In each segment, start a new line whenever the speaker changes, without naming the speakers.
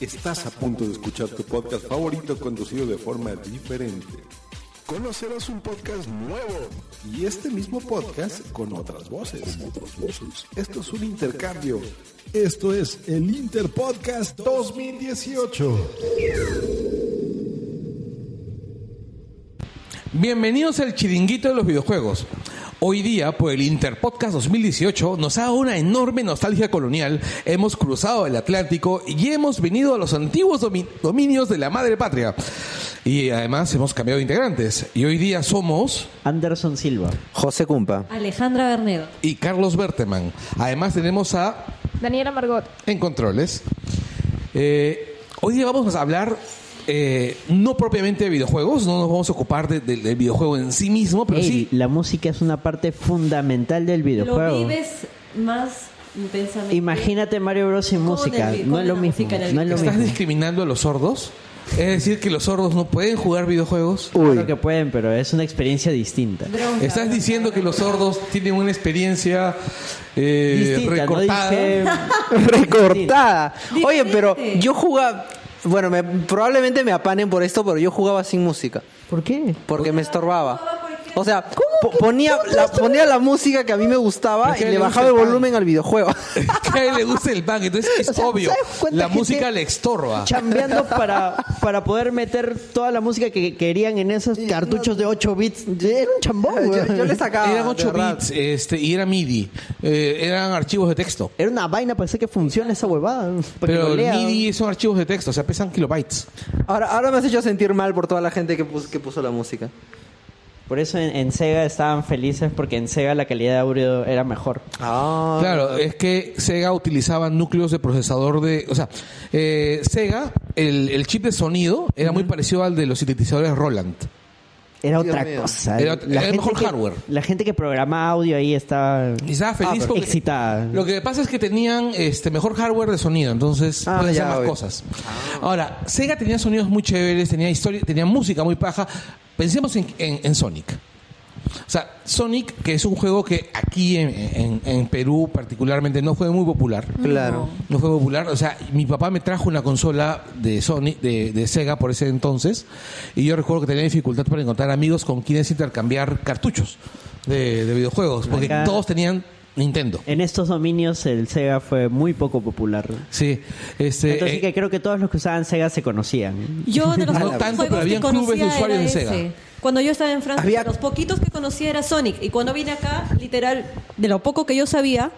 Estás a punto de escuchar tu podcast favorito conducido de forma diferente. Conocerás un podcast nuevo y este mismo podcast con otras voces. Esto es un intercambio. Esto es el Interpodcast 2018.
Bienvenidos al chiringuito de los videojuegos. Hoy día, por el Interpodcast 2018, nos ha dado una enorme nostalgia colonial. Hemos cruzado el Atlántico y hemos venido a los antiguos domi- dominios de la madre patria. Y además hemos cambiado de integrantes. Y hoy día somos
Anderson Silva.
José Cumpa.
Alejandra Bernedo.
y Carlos Berteman. Además tenemos a
Daniela Margot.
en controles. Eh, hoy día vamos a hablar eh, no propiamente de videojuegos, no nos vamos a ocupar de- de- del videojuego en sí mismo, pero
Ey,
sí.
La música es una parte fundamental del
Lo
videojuego.
vives más intensamente.
Imagínate Mario Bros sin
Con
música.
el-
no
con
es lo
la
mismo.
música en el
No es lo
video.
¿Estás
mismo.
discriminando a los sordos? Es decir, que los sordos no pueden jugar videojuegos.
Claro que pueden, pero es una experiencia distinta.
Bronca,
¿Estás
bronca,
diciendo que
bronca.
los sordos tienen una experiencia eh,
distinta,
recortada?
recortada.
Diferente.
Oye, pero yo jugaba. Bueno, me- probablemente me apanen por esto, pero yo jugaba sin música.
¿Por qué?
Porque me estorbaba. O sea, po- ponía, la, ponía la música que a mí me gustaba
Porque
y
le
le
gusta
bajaba el
el pan.
volumen al videojuego.
que a él le gusta el pan, entonces es
O sea,
obvio.
¿sabes cuánta
La
gente-
música le estorba.
Chambeando para, para poder meter toda la música que querían en esos cartuchos de 8 bits. Era un chambón,
yo, yo
güey.
le sacaba.
Eran
de
8
verdad.
bits este, y era MIDI. eh, eran archivos de texto.
Era una vaina para hacer que funcione esa huevada. para que
Pero
lo
el
lea.
MIDI son archivos de texto, o sea, pesan kilobytes.
Ahora, ahora me has hecho sentir mal por toda la gente que, pus- que puso la música.
Por eso en, en Sega estaban felices porque en Sega la calidad de audio era mejor.
Ah.
Claro, es que Sega utilizaba núcleos de procesador de... O sea, eh, Sega, el, el chip de sonido era muy parecido al de los sintetizadores Roland.
Era
Dios
otra
mío.
cosa.
Era- era
gente
mejor
que-
hardware.
La gente que programa audio ahí está
Y estaba feliz
Ah, pero-
porque-
excitada.
Lo que pasa es que tenían este mejor hardware de sonido, entonces
Ah,
podían hacer
ya,
más
obvio.
cosas. Ahora, Sega tenía sonidos muy chéveres, tenía historia, tenía música muy paja. Pensemos en, en- en Sonic. O sea, Sonic, que es un juego que aquí en, en- en Perú particularmente no fue muy popular.
Claro.
No fue popular. O sea, mi papá me trajo una consola de Sony, de, de Sega por ese entonces. Y yo recuerdo que tenía dificultad para encontrar amigos con quienes intercambiar cartuchos de, de videojuegos. Porque
Acá-
todos tenían Nintendo.
En estos dominios el Sega fue muy poco popular.
Sí. Este,
Entonces
eh,
que creo que todos los que usaban Sega se conocían.
Yo de los
No
pocos
tanto,
juegos
pero habían
que conocía
clubes de usuarios
era
de Sega.
ese. Cuando yo estaba en Francia,
Había-
los poquitos que conocía era Sonic. Y cuando vine acá, literal, de lo poco que yo sabía,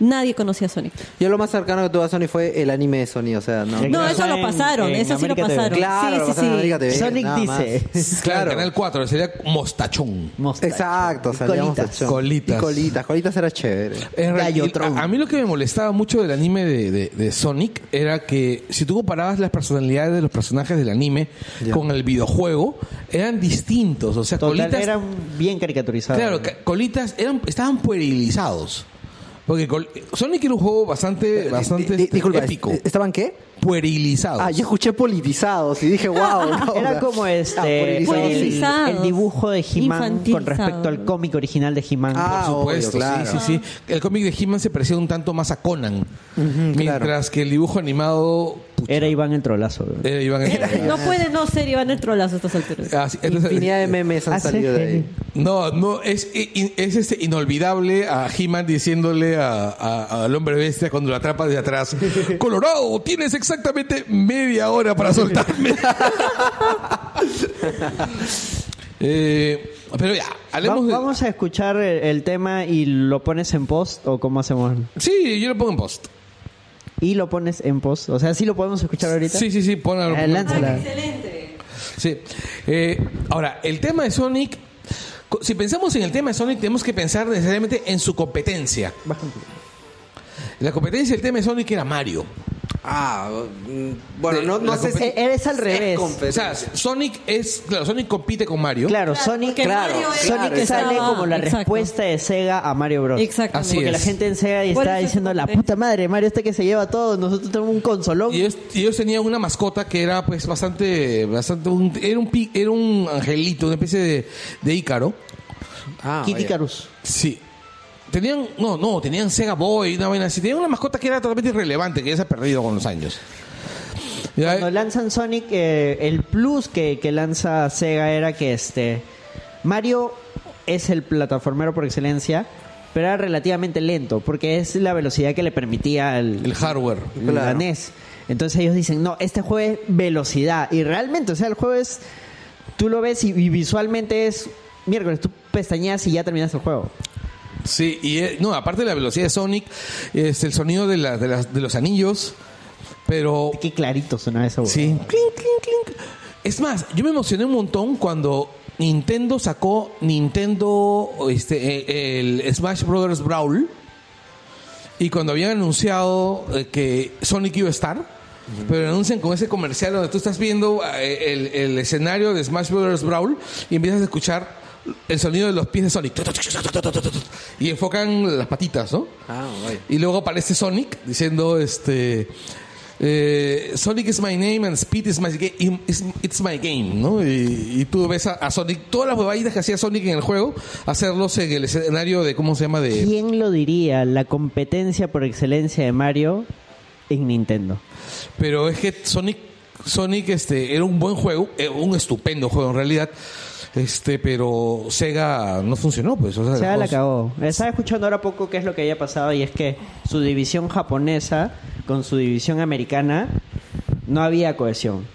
nadie conocía a Sonic.
Yo lo más cercano que tuve a Sony fue el anime de Sony, o sea, no.
Sí,
No,
Claro.
eso lo
En-
pasaron,
en
eso sí lo
América TV.
pasaron.
Claro,
sí,
o sea, no,
sí, sí.
dígate,
Sonic
nada más.
dice.
claro,
Claro.
Canal 4 sería Mostachón.
Mostacho.
Exacto,
Y
salíamos
colitas.
de-
Colitas.
Y colitas, colitas era chévere.
En realidad,
Gallotron.
a, a mí lo que me molestaba mucho del anime de, de- de Sonic era que si tú comparabas las personalidades de los personajes del anime con el videojuego, eran distintos. O sea,
Total,
Colitas.
eran bien caricaturizados.
Claro, ca- Colitas eran, estaban puerilizados. Porque Col- Sonic era un juego bastante, bastante
Di- eh, di-
este,
disculpa,
épico.
¿est- ¿estaban qué?
puerilizados.
Ah, yo escuché politizados y dije, wow.
Era
Ah,
como
ah,
este el,
Puerilizados. Puerilizados.
el dibujo de He-Man con
Infantilizados.
respecto al cómic original de He-Man.
Ah,
Por supuesto,
obvio, claro.
sí, sí, sí. El cómic de He-Man se parecía un tanto más a Conan. mientras que el dibujo animado. pucha,
Era Iván el trolazo.
era Iván el-
No puede no ser Iván el trolazo a estas alturas.
Ah, sí, entonces-
Infinidad de memes han
Hace
salido de
genio.
ahí.
No, no, es, i- in- es este inolvidable a He-Man diciéndole a- a- al hombre bestia cuando lo atrapa de atrás. Colorado, tienes exactamente media hora para soltarme. Eh, pero ya,
Va-
hablemos de...
Vamos a escuchar el, el tema y lo pones en post o cómo hacemos.
Sí, yo lo pongo en post.
Y lo pones en post. O sea, sí lo podemos escuchar ahorita.
Sí, sí, sí, ponlo.
Eh, lánzala.
Ah, Excelente.
Sí. Eh, ahora, el tema de Sonic... co- Si pensamos en el tema de Sonic, tenemos que pensar necesariamente en su competencia. La competencia del tema de Sonic era Mario.
Ah, mm, bueno,
De-
no,
la
no sé si.
competencia. E- eres al
es
revés.
O
competencia.
sea, Sonic es, claro, Sonic compite con Mario.
Claro, Sonic,
porque
claro,
Mario era-
Sonic
Claro,
sale
estaba-
como la
exacto.
respuesta de Sega a Mario Bros.
Exactamente.
Así
Porque
es.
la gente en Sega
Por
está
eso es
diciendo, la
competencia.
puta madre, Mario este que se lleva todo, nosotros tenemos un consolón.
Y ellos, y ellos tenían una mascota que era pues bastante, bastante un- era un pi- era un angelito, una especie de, de Ícaro.
ah,
Kid
Eh.
vaya.
Icarus.
Sí. Tenían, no, no, tenían Sega Boy, una vaina así. Tenían una mascota que era totalmente irrelevante, que ya se ha perdido con los años. Ya,
Cuando lanzan Sonic, eh, el plus que, que lanza Sega era que este Mario es el plataformero por excelencia, pero era relativamente lento, porque es la velocidad que le permitía el,
el hardware.
la NES. Entonces ellos dicen, no, este juego es velocidad. Y realmente, o sea, el juego es, tú lo ves y, y visualmente es, miércoles, tú pestañeas y ya terminaste el juego.
Sí, y eh, no, aparte de la velocidad de Sonic, es el sonido de, la- de, las- de los anillos, pero
Qué clarito suena eso.
Sí. Clink, clink, clink. Es más, yo me emocioné un montón cuando Nintendo sacó Nintendo este eh, el Smash Brothers Brawl y cuando habían anunciado eh, que Sonic iba a estar, pero anuncian con ese comercial donde tú estás viendo eh, el, el escenario de Smash Brothers Brawl y empiezas a escuchar el sonido de los pies de Sonic y enfocan las patitas, ¿no?
Ah, vaya.
Y luego aparece Sonic diciendo este eh, Sonic is my name and Speed is my game, it's my game, ¿no? Y, y tú ves a, a Sonic todas las huevaditas que hacía Sonic en el juego hacerlos en el escenario de cómo se llama de
¿Quién lo diría? La competencia por excelencia de Mario en Nintendo.
pero es que Sonic Sonic este era un buen juego, eh, un estupendo juego en realidad. Este, pero Sega no funcionó, pues. O sea, los
Se la
juegos-
cagó. Estaba escuchando ahora poco qué es lo que había pasado y es que su división japonesa con su división americana no había cohesión.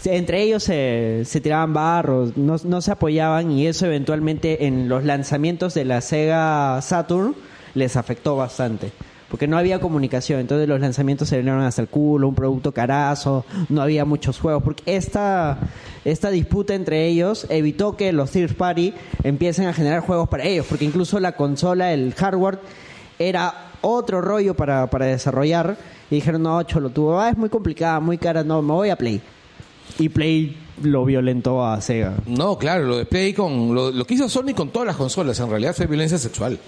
Se- Entre ellos se, se tiraban barros, no, no se apoyaban y eso eventualmente en los lanzamientos de la Sega Saturn les afectó bastante. Porque no había comunicación, entonces los lanzamientos se vinieron hasta el culo, un producto carazo, no había muchos juegos. Porque esta, esta disputa entre ellos evitó que los third party empiecen a generar juegos para ellos, porque incluso la consola, el hardware, era otro rollo para, para desarrollar. Y dijeron, no, lo tuvo, ah, es muy complicada, muy cara, no, me voy a Play. Y Play lo violentó a Sega.
No, claro, lo de Play con. Lo, lo que hizo Sony con todas las consolas, en realidad fue violencia sexual.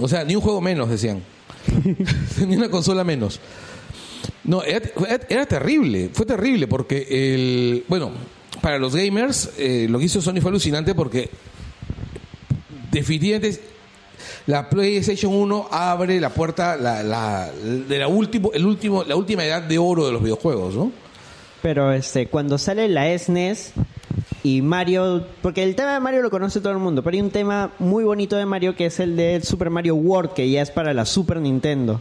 O sea, ni un juego menos, decían. ni una consola menos. No, era, era- era terrible, fue terrible porque el. Bueno, para los gamers, eh, lo que hizo Sony fue alucinante porque. Definitivamente. La PlayStation 1 abre la puerta la- la- de la, último, el último, la última edad de oro de los videojuegos, ¿no?
Pero este, cuando sale la SNES y Mario, porque el tema de Mario lo conoce todo el mundo, pero hay un tema muy bonito de Mario que es el de Super Mario World, que ya es para la Super Nintendo,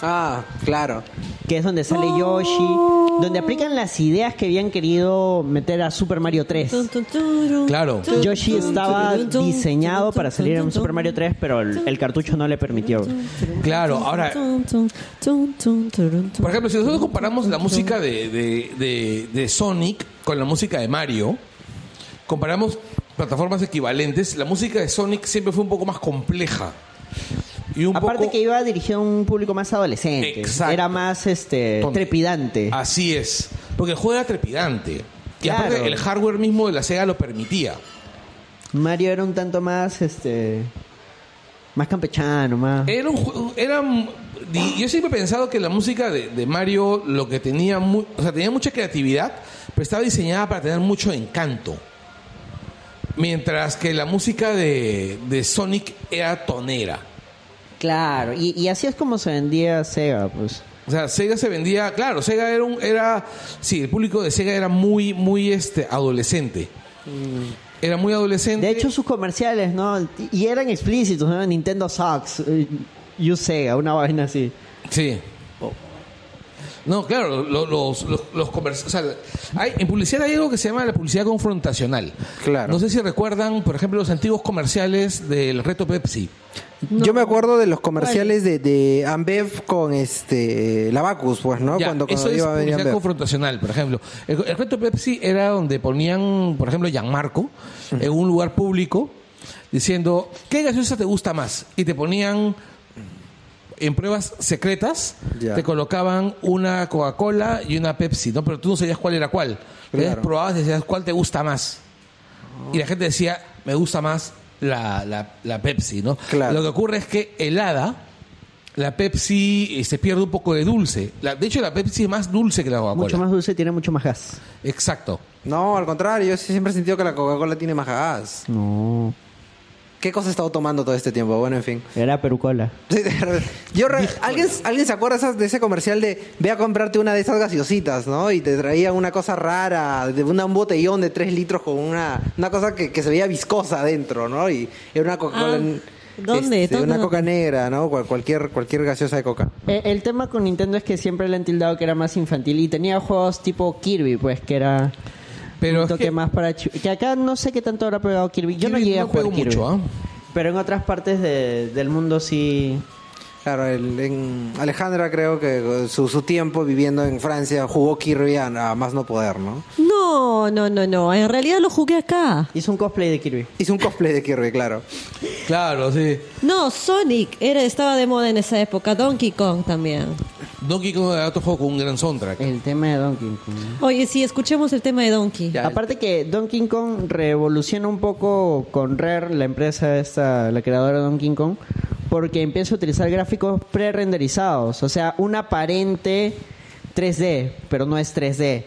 Ah, claro.
que es donde sale Yoshi, donde aplican las ideas que habían querido meter a Super Mario 3.
Tun, tun, turun.
Claro.
Tun,
Yoshi
tun,
estaba
turun, tun,
diseñado
tun,
para
tun,
salir en
tun,
Super
tun,
Mario 3, pero el, el cartucho no le permitió.
Claro,
tun,
ahora-
tun, tun, tun, tun, turun, tun.
Por ejemplo, si nosotros comparamos la música de, de- de- de Sonic con la música de Mario, comparamos plataformas equivalentes, la música de Sonic siempre fue un poco más compleja. Y un
Aparte
poco-
que iba dirigido a un público más adolescente,
Exacto.
era más este
Tonto. Ah.
trepidante.
Así es. Porque el juego era trepidante. Y
Claro.
aparte el hardware mismo de la Sega lo permitía.
Mario era un tanto más este más campechano, más
Era un juego, era un- di- yo siempre he pensado que la música de, de Mario lo que tenía mu- o sea, tenía mucha creatividad, pero estaba diseñada para tener mucho encanto. Mientras que la música de, de Sonic era tonera.
claro, y, y así es como se vendía Sega, pues.
O sea, Sega se vendía, claro, Sega era un, era sí, el público de Sega era muy muy este adolescente. Era muy adolescente.
Mm. De hecho sus comerciales, ¿no? Y eran explícitos, ¿no? Nintendo sucks, eh, you Sega, una vaina así.
Sí. No, claro, lo- los, los, los comerci- o sea, hay, en publicidad hay algo que se llama la publicidad confrontacional.
Claro.
No sé si recuerdan, por ejemplo, los antiguos comerciales del reto Pepsi.
Yo me acuerdo de los comerciales de, de Ambev con este la Bacus, pues, ¿no?
Ya,
cuando cuando
eso es
iba a venir
publicidad
Ambev.
confrontacional, por ejemplo. El, el reto Pepsi era donde ponían, por ejemplo, Gianmarco en un lugar público diciendo, ¿qué gaseosa te gusta más? Y te ponían en pruebas secretas,
Ya.
te colocaban una Coca-Cola y una Pepsi, ¿no? Pero tú no sabías cuál era cuál. Entonces
Claro.
probabas y decías, ¿cuál te gusta más?
Ah.
Y la gente decía, me gusta más la, la, la Pepsi, ¿no?
Claro.
Lo que ocurre es que helada, la Pepsi eh, se pierde un poco de dulce. La- de hecho, la Pepsi es más dulce que la Coca-Cola.
Mucho más dulce, tiene mucho más gas.
Exacto.
No, al contrario, yo sí siempre he sentido que la Coca-Cola tiene más gas.
No.
¿Qué cosa he estado tomando todo este tiempo? Bueno, en fin.
Era Perucola.
Sí, de verdad. Yo re- ¿alguien, ¿Alguien se acuerda esas- de ese comercial de ve a comprarte una de esas gaseositas, ¿no? Y te traía una cosa rara, de una- un botellón de 3 litros con una, una cosa que, que se veía viscosa adentro, ¿no? Y era una Coca-Cola.
Ah,
en-
¿dónde?
este,
¿Dónde?
Una coca negra, ¿no? Cual- cualquier, cualquier gaseosa de coca.
Eh, El tema con Nintendo es que siempre le han tildado que era más infantil y tenía juegos tipo Kirby, pues que era
Pero
un
es
toque
que-
más para chi- que acá no sé qué tanto habrá pegado Kirby. Yo no
Kirby
llegué
no
a jugar
pegó
Kirby.
mucho, ¿ah?
Pero en otras partes de- del mundo sí
Claro, el- en Alejandra creo que eh, su, su tiempo viviendo en Francia jugó Kirby a, a más no poder, ¿no?
No, no, no, no. En realidad lo jugué acá.
hizo un cosplay de Kirby.
Hizo un cosplay de Kirby, claro.
Claro, sí.
No, Sonic era, estaba de moda en esa época. Donkey Kong también.
Donkey Kong era otro juego con un gran soundtrack.
El tema de Donkey Kong.
Oye, sí, escuchemos el tema de Donkey.
Ya, el-
Aparte que Donkey Kong revoluciona un poco con Rare, la empresa esta, la creadora de Donkey Kong, porque empieza a utilizar gráficos pre-renderizados, o sea, un aparente 3D, pero no es 3D.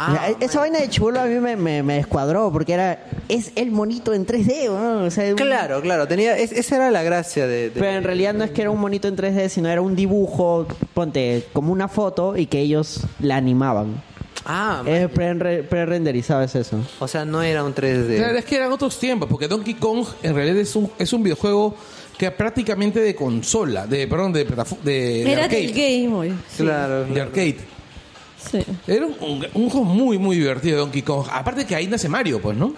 O sea, e, esa vaina de chulo a mí me, me- me descuadró porque era es el monito en 3D, ¿no? O sea, un-
Claro, claro, tenía, es- esa era la gracia de... de-
Pero en realidad no es que era un monito en 3D, sino era un dibujo, ponte, como una foto y que ellos la animaban.
Ah,
Es pre- pre-renderizado es eso.
O sea, no era un 3D.
Claro, es que eran otros tiempos, porque Donkey Kong en realidad es un, es un videojuego que prácticamente de consola, de perdón, de, plataf- de, de
Era del
arcade.
Game Boy. Sí,
Claro.
De arcade.
sí.
Era un, un- un juego muy, muy divertido Donkey Kong. Aparte que ahí nace Mario, pues, ¿no?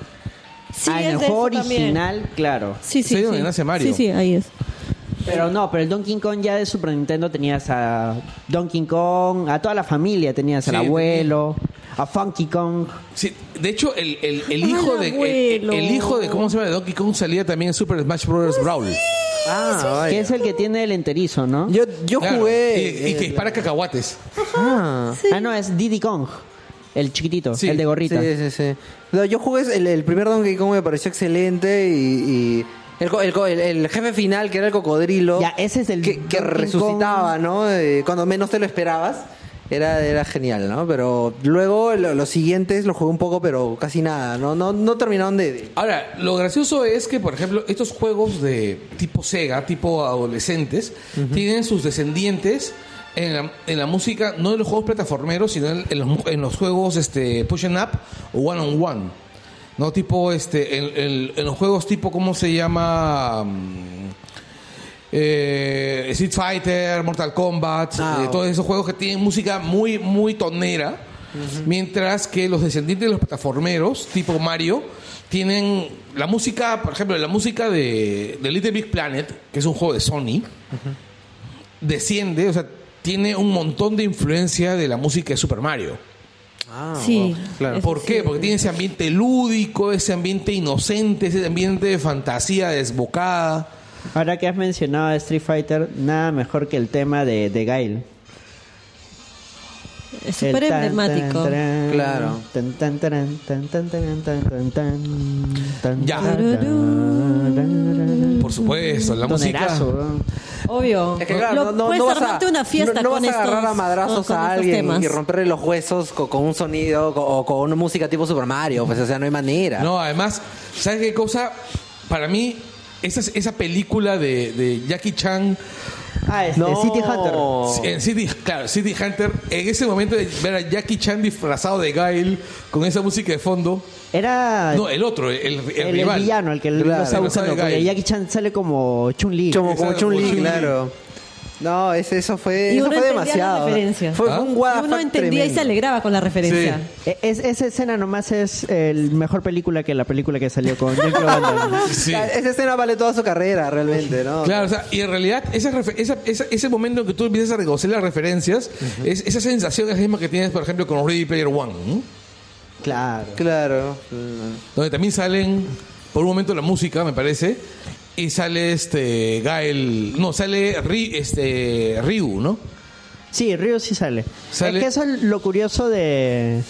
Sí,
ah,
es
en el
de
juego
eso también.
original, claro.
Sí, sí.
Sí,
sí.
donde nace Mario.
Sí, sí, ahí es.
Pero no, pero el Donkey Kong ya de Super Nintendo tenías a Donkey Kong, a toda la familia, tenías al
Sí,
abuelo, a Funky Kong.
Sí, de hecho, el, el- el
Ay,
hijo de el,
abuelo.
el hijo de cómo se llama de Donkey Kong salía también en Super Smash Bros. Brawl.
Ah, vaya.
Que es el que tiene el enterizo, ¿no?
Yo, yo
Claro.
jugué...
Y, y que
el-
dispara cacahuates.
Ah.
Ah, no, es Diddy Kong, el chiquitito,
Sí,
el de gorrita.
Sí, sí, sí. No, yo jugué el, el primer Donkey Kong, me pareció excelente y... y El, co- el co- el- el jefe final, que era el cocodrilo,
Ya, ese es el
que, que
Donkey Kong.
resucitaba, ¿no? Eh, cuando menos te lo esperabas, era, era genial, ¿no? Pero luego lo- los siguientes los jugué un poco, pero casi nada, ¿no? No, no terminaron de... de-
Ahora, lo gracioso es que, por ejemplo, estos juegos de tipo Sega, tipo adolescentes, tienen sus descendientes en la, en la música, no en los juegos plataformeros, sino en, en los, mu- en los juegos este, push and up o one on one. No tipo, este, en, en- en los juegos tipo, ¿cómo se llama? Mm, eh, Street Fighter, Mortal Kombat,
Ah,
eh, todos esos juegos que tienen música muy, muy tonera. Mientras que los descendientes de los plataformeros, tipo Mario, tienen la música, por ejemplo, la música de, de Little Big Planet, que es un juego de Sony, desciende, o sea, tiene un montón de influencia de la música de Super Mario.
Ah,
sí.
wow.
Eso
¿Por qué?
sí.
Porque tiene ese ambiente lúdico, ese ambiente inocente, ese ambiente de fantasía desbocada.
Ahora que has mencionado a Street Fighter, nada mejor que el tema de, de Gail.
Es súper emblemático.
Claro.
Ya. Por supuesto, la música.
Tonerazo, ¿no?
Obvio.
Es que claro, no,
Lo-
no,
puedes
no vas
armarte
a,
una fiesta
no- no
con
vas a agarrar
estos-
a madrazos
con
a
estos
alguien
temas.
y romperle los huesos co- con, un sonido co- o con una música tipo Super Mario, pues o sea, no hay manera.
No, además, ¿sabes qué cosa? Para mí, esa, esa película de, de Jackie Chan
Ah, este,
No.
City Hunter.
en City, claro, City Hunter, en ese momento de ver a Jackie Chan disfrazado de Gail con esa música de fondo.
Era
No, el otro, el, el
el, el
rival.
villano, el que lo
Claro.
está buscando.
El que sabe
Porque
Guy.
Jackie Chan sale como Chun-Li.
Como, como
Exacto,
Chun-Li,
como Chun-Li.
claro. No, ese, eso fue,
Y
eso
uno
fue
entendía la
demasiado.
referencia.
Fue, fue
¿Ah?
un
Y
what the
uno
fuck
entendía y se
tremendo.
alegraba con la referencia.
Sí.
E- es- esa escena nomás es el mejor película que la película que salió con Jean Claude Van Damme.
Sí.
La- Esa escena vale toda su carrera, realmente, ¿no?
Claro, o sea, y en realidad esa refe- esa- esa- ese momento en que tú empiezas a reconocer las referencias, es, esa sensación es la misma que tienes, por ejemplo, con Ready Player One, ¿no?
Claro.
Claro.
donde también salen, por un momento, la música, me parece, y sale este Gael, no, sale Ri- este, Ryu, ¿no?
Sí, Río sí sale.
Sale-
Es que eso es lo curioso de,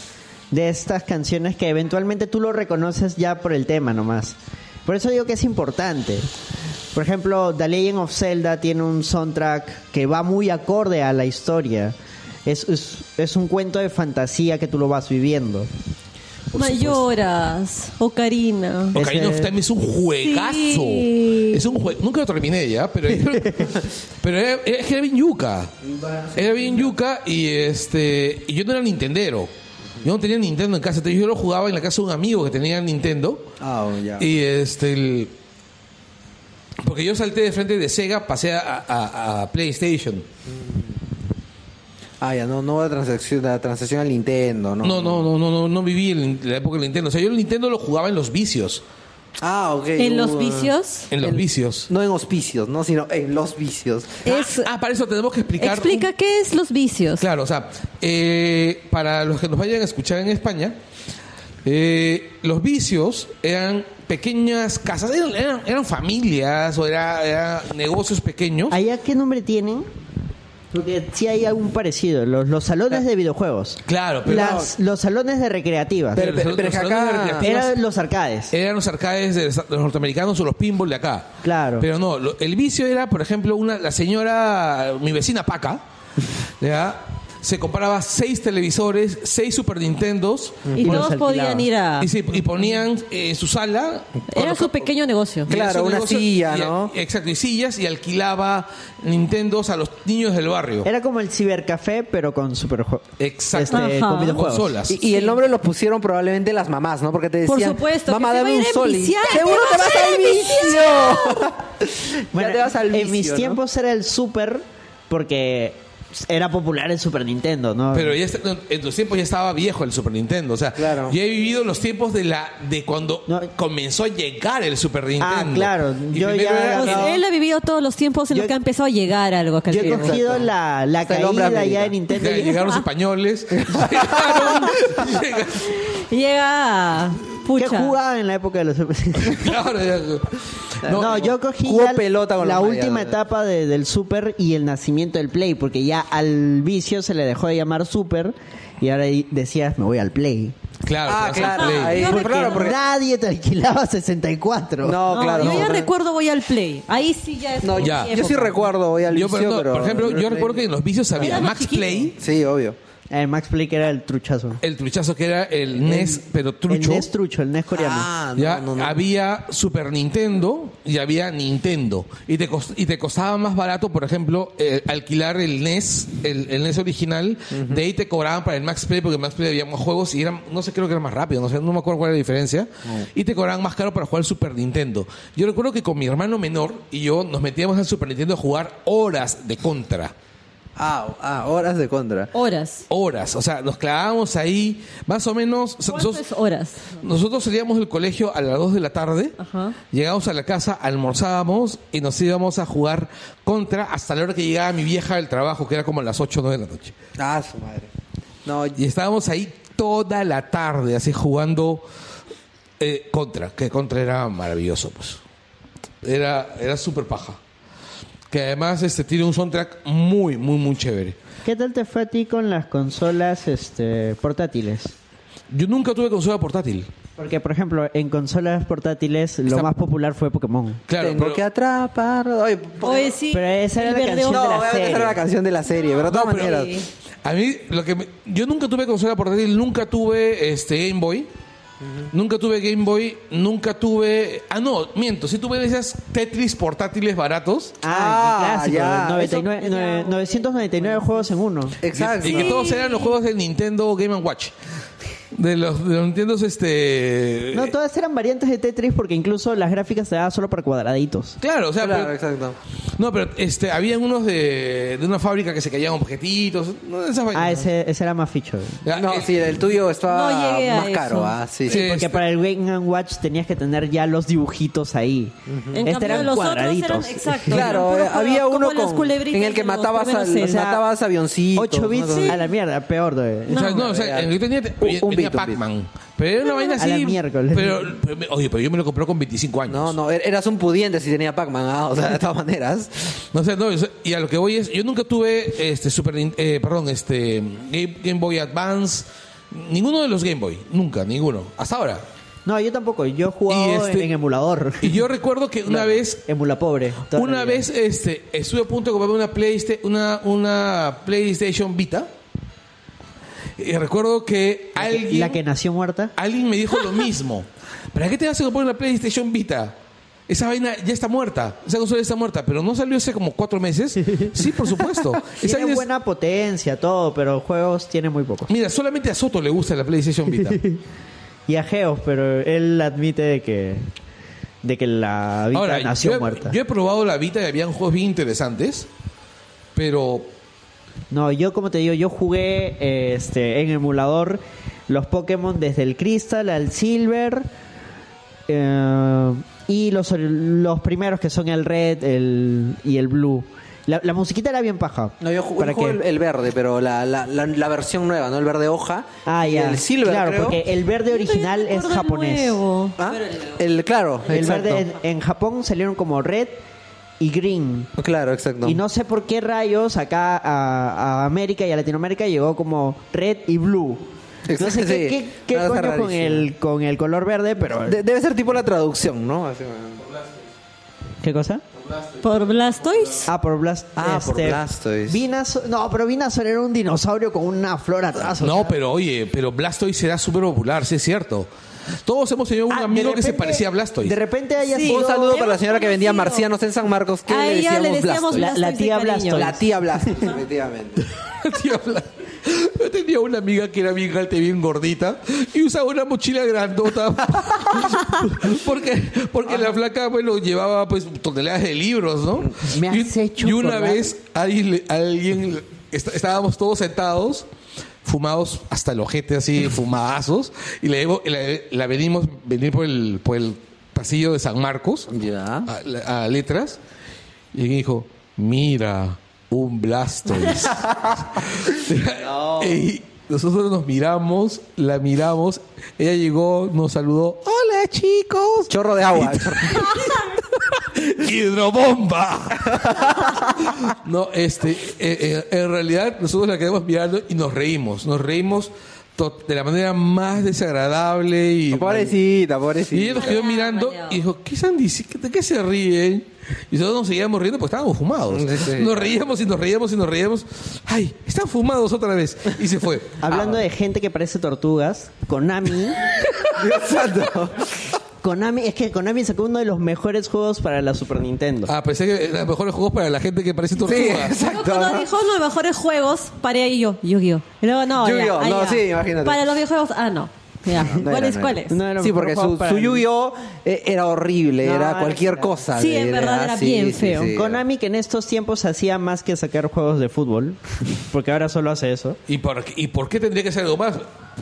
de estas canciones que eventualmente tú lo reconoces ya por el tema nomás. Por eso digo que es importante. Por ejemplo, The Legend of Zelda tiene un soundtrack que va muy acorde a la historia. Es, es, es un cuento de fantasía que tú lo vas viviendo.
por supuesto.
Mayoras, Ocarina.
Ocarina
Ese-
of Time es un juegazo.
Sí.
Es un jue- Nunca lo terminé ya, pero, pero era, era- es que era bien yuca. Era bien yuca y este y yo no era Nintendero. Yo no tenía Nintendo en casa. Entonces yo lo jugaba en la casa de un amigo que tenía Nintendo.
Ah, oh, ya.
Y este el- Porque yo salté de frente de Sega, pasé a, a- a PlayStation.
Ah, ya, no, no va la transacción, la transacción al Nintendo, ¿no?
No, no, no, no, no, no viví el- la época del Nintendo. O sea, yo el Nintendo lo jugaba en los vicios.
Ah, ok.
En los
uh,
vicios.
En los vicios.
No en hospicios, ¿no? Sino en los vicios.
Es,
Ah, para eso tenemos que explicar.
explica qué es los vicios.
Claro, o sea, eh, para los que nos vayan a escuchar en España, eh, los vicios eran pequeñas casas, eran, eran- eran familias o era, era negocios pequeños.
¿Allá qué nombre tienen? Porque sí hay algún parecido. Los, los salones de videojuegos.
Claro, pero
Las, los salones de recreativas.
Pero-
los-
pero
los
que acá-
salones de recreativas
Eran los arcades.
eran los arcades de los norteamericanos o los pinball de acá.
Claro.
Pero no, lo- el vicio era, por ejemplo, una la señora, mi vecina Paca, ¿ya? se compraba seis televisores, seis Super Nintendos.
Y
Los
todos podían
alquilaban.
ir a.
Y, sí, y ponían eh, en su sala.
Era
coloca-
su pequeño negocio.
Claro,
era su
una silla,
y-
¿no?
Exacto, y sillas y alquilaba Nintendos a los niños del barrio.
Era como el cibercafé, pero con superjuegos. Este,
Exacto.
Ajá.
con videojuegos.
Consolas.
Este, Y, y el nombre lo pusieron probablemente las mamás, ¿no? Porque te
Por
decían,
supuesto,
mamá,
que se
dame
va a
un
ir
sol. y-
enviciado,
Seguro
que
te
va a
vas
ser
al vicio.
Bueno,
ya te vas al vicio,
En mis
¿no?
tiempos era el super porque era popular el Super Nintendo, ¿no?
Pero ya está- no, en los tiempos ya estaba viejo el Super Nintendo. O sea,
Claro.
ya he vivido los tiempos de la de cuando
No.
comenzó a llegar el
Ah,
Super Nintendo.
claro, yo
primero
ya-
era-
Pues
No.
él ha vivido todos los tiempos en
Yo-
los que ha empezado a llegar algo acá al
Yo he
Perú.
cogido
Exacto.
la, la
Hasta el hombre
caída ya
América.
de Nintendo.
ya
y-
llegaron los españoles. llegaron, llegaron-
Llega.
¿Qué
Pucha.
jugaba en la época de los Super Nintendo?
claro, ya-
No, yo cogí
jugó
ya
pelota con
la
los
última
mayas, ¿no?
etapa de- del Super y el nacimiento del Play, porque ya al vicio se le dejó de llamar Super y ahora ahí decías, me voy al Play.
Claro,
Ah,
te vas al
claro.
Play.
ahí-
Yo
pues claro,
recuerdo-
porque-
Nadie te alquilaba 64.
No,
No,
claro.
yo
no,
ya
pero-
recuerdo voy al play. Ahí sí ya es.
No,
mi
Ya.
Yo sí
época.
recuerdo hoy al
Yo,
vicio,
pero no,
pero...
por ejemplo, yo recuerdo que en los vicios había
Éramos
Max
chiquitos.
Play,
Sí, obvio.
El Eh, Max Play que era el truchazo.
el truchazo que era el NES, pero trucho.
El NES trucho, el NES coreano.
Ah, E no,
ya
no, no.
había Super Nintendo y había Nintendo y te cos- y te costaba más barato por ejemplo eh, alquilar el NES el, el NES original de ahí te cobraban para el Max Play porque en Max Play había más juegos y eran no sé creo que era más rápido no sé no me acuerdo cuál era la diferencia y te cobraban más caro para jugar el Super Nintendo yo recuerdo que con mi hermano menor y yo nos metíamos al Super Nintendo a jugar horas de contra
Ah, ah, horas de contra.
Horas.
horas o sea nos clavábamos ahí más o menos o sea,
¿Cuánto
nosotros-
es horas?
nosotros salíamos del colegio a las 2 de la tarde,
Ajá.
llegábamos a la casa, almorzábamos y nos íbamos a jugar contra hasta la hora que llegaba mi vieja del trabajo, que era como a las 8 o 9 de la noche.
Ah, su madre. No,
Y estábamos ahí toda la tarde, así jugando eh, contra, que contra era maravilloso, pues. Era, era súper paja. Que además este, tiene un soundtrack muy, muy, muy chévere.
¿Qué tal te fue a ti con las consolas este, portátiles?
Yo nunca tuve consola portátil.
Porque, por ejemplo, en consolas portátiles lo
Está-
más popular fue Pokémon.
Claro,
tengo
pero-
que atrapar... Oye,
Oye, sí.
Pero esa era
el
la
verde
canción
hombre.
no,
de la
obviamente
serie.
esa era la canción de la serie, pero de todas
pero-
maneras...
Sí.
A mí, lo que me- yo nunca tuve consola portátil, nunca tuve este Game Boy. Nunca tuve Game Boy, nunca tuve. Ah, no, miento, sí tuve de esas Tetris portátiles baratos.
Ah,
Ah,
el clásico.
ya.
99,
Eso tenía-
nove- 999 juegos en uno.
Exacto.
Y que todos eran los juegos del Nintendo Game and Watch. De los, de los Nintendo, este.
No, todas eran variantes de Tetris porque incluso las gráficas se daban solo para cuadraditos.
Claro, o sea,
Claro,
pero-
exacto.
no, pero este, habían unos de, de una fábrica que se caían objetitos, no, esas vainas.
Ah, ese, ese era más ficho.
Ya,
no,
eh,
sí, el tuyo estaba
No llegué a
más caro,
eso.
ah, sí.
Sí.
Porque
Este-
para el Game and Watch tenías que tener ya los dibujitos ahí.
En
Este
cambio,
eran
los
cuadraditos.
otros eran exacto. eran
Claro,
puros
eh, había
como
uno
los
con-
culebritas
en el que
de los
matabas,
primeros
al-
series.
matabas avioncitos.
8 bits
¿no?
a la mierda, peor. de-
O sea, no, o sea,
real.
en el que tenía,
Un- un
venía
bit, un bit.
Pac-Man. Pero era una vaina
A
así.
la miércoles.
Pero, pero me- oye, pero yo me lo compré con 25 años.
No, no, er- eras un pudiente si tenía Pac-Man, ah, o sea, de todas maneras.
No sé, no, o sea, y a lo que voy es, yo nunca tuve este Super Nin- eh, perdón, este Game, Game Boy Advance, ninguno de los Game Boy, nunca, ninguno, hasta ahora.
No, yo tampoco. Yo jugaba
Y este-
en emulador.
Y yo recuerdo que una vez
Emula pobre. toda la
una
vida.
vez este estuve a punto de comprarme una PlayStation una una PlayStation Vita. Y recuerdo que alguien...
La que nació muerta.
Alguien me dijo lo mismo. ¿Para qué te vas a comprar una PlayStation Vita? Esa vaina ya está muerta. Esa consola ya está muerta, pero no salió hace como cuatro meses. Sí, por supuesto. Esa
Tiene
vaina es-
buena potencia, todo, pero juegos tiene muy pocos.
Mira, solamente a Soto le gusta la PlayStation Vita.
Y a Geos, pero él admite de que, de que la vida
Ahora,
nació
yo, he-
muerta.
yo he probado la Vita y habían juegos bien interesantes, pero
No, yo como te digo, yo jugué eh, este, en emulador los Pokémon desde el Crystal al Silver eh, y los, los primeros que son el Red el, y el Blue. La, la musiquita era bien paja.
No, yo ju-
¿Para
juego
qué?
el, el verde, pero la, la, la, la versión nueva, ¿no? El verde hoja.
Ah,
Y
ya.
El silver,
claro,
creo.
porque el verde Este original es japonés.
¿Ah? El claro,
El
exacto.
verde en, en Japón salieron como Red y Green.
Claro, exacto.
Y no sé por qué rayos acá a, a América y a Latinoamérica llegó como red y blue. No sé
Exacto,
qué,
sí.
qué- qué
Una cosa
coño con
rarísima.
el, con el color verde, pero...
De- debe ser tipo la traducción, ¿no? Así-
¿Qué cosa?
Por Blastoise.
Ah, por Blast.
Ah, por Blastoise.
Venusaur- no, pero Vinazor era un dinosaurio con una flor atrás. o
no,
sea.
pero oye, pero Blastoise será súper popular, sí es cierto. Todos hemos tenido un
Ah, de
amigo que se
repente-
parecía a Blastoise.
De repente haya
Sí.
Un
sido...
saludo para la
Hemos
señora que vendía
conocido.
marcianos en San Marcos. que
A
le
ella
decíamos
le decíamos
Blastoise?
La- la
Blastoise de
tía
cariño.
Blastoise.
La tía Blastoise, efectivamente.
Tío, habla- Yo tenía una amiga que era bien alta y bien gordita y usaba una mochila grandota porque, porque la flaca bueno, llevaba pues toneladas de libros, ¿no?
Me
y,
has hecho
y una
acordar.
vez alguien, le- alguien le- est- estábamos todos sentados fumados hasta el ojete así fumadazos y le debo- la, la venimos venir por el por el pasillo de San Marcos
ya.
a, a letras y dijo, mira, un Blastoise. Y nosotros nos miramos, la miramos, ella llegó, nos saludó, hola chicos,
Chorro de agua.
hidrobomba. no, este, eh, eh, en realidad nosotros la quedamos mirando y nos reímos, nos reímos to- de la manera más desagradable y...
pobrecita,
Y ella
pobrecita.
nos quedó
Maleado,
mirando
maleado.
y dijo, ¿qué están diciendo? ¿De qué se ríen? Y nosotros nos seguíamos riendo porque estábamos fumados.
Sí, sí.
Nos reíamos y nos reíamos y nos reíamos. ¡Ay! Están fumados otra vez. Y se fue.
Hablando de gente que parece tortugas, Konami...
Dios santo.
Konami, es que Konami sacó uno de los mejores juegos para la Super Nintendo.
Ah, pensé que eran mejores juegos para la gente que parece
Sí,
tortuga.
Yo
exacto.
cuando
¿no?
dijo los mejores juegos, paré ahí yo, Yu-Gi-Oh. Y luego, no, ya,
Yu-Gi-Oh,
ah,
no,
ya.
sí, imagínate.
Para los videojuegos, ah, no. Ya.
No
¿Cuáles,
era, no era.
cuáles?
No era lo
Sí,
mejor
porque
juego
su,
para
su
el-
Yu-Gi-Oh eh, era horrible,
No,
era
era
cualquier
genial.
cosa.
Sí, en verdad, era bien feo.
Eh,
Konami que en estos tiempos hacía más que sacar juegos de fútbol, porque ahora solo hace eso.
¿Y, por, qué- ¿Y por qué tendría que ser algo más?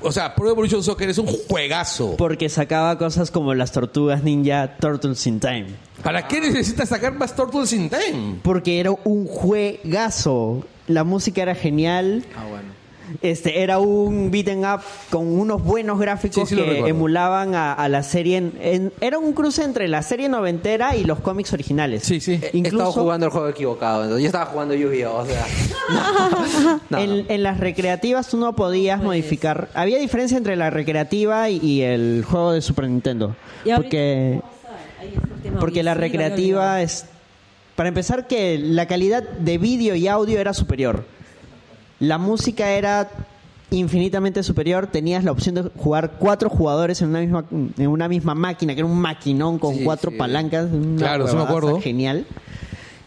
O sea, Pro Evolution Soccer es un juegazo.
Porque sacaba cosas como las tortugas ninja Turtles in Time.
¿Para qué necesitas sacar más Turtles in Time?
Porque era un juegazo. La música era genial.
Ah, bueno.
Este, era un beat'em up con unos buenos
Sí,
gráficos
sí lo
que
recuerdo.
emulaban a, a la serie. en- en- era un cruce entre la serie noventera y los cómics originales.
Sí, sí.
He- Estaba
Incluso
jugando el juego equivocado. entonces, yo estaba jugando Yu-Gi-Oh! O sea. No,
en,
no.
en las recreativas tú no podías modificar. Había diferencia entre la recreativa y, y el juego de Super Nintendo.
Y ahorita,
Porque,
Ahí es el tema.
porque la
Sí, lo había
recreativa
olvidado.
es. Para empezar, que la calidad de vídeo y audio era superior. La música era infinitamente superior. Tenías la opción de jugar cuatro jugadores en una misma, en una misma máquina, que era un maquinón con
Sí,
cuatro
sí.
palancas. una
Claro, sí me
huevadaza
acuerdo.
Genial.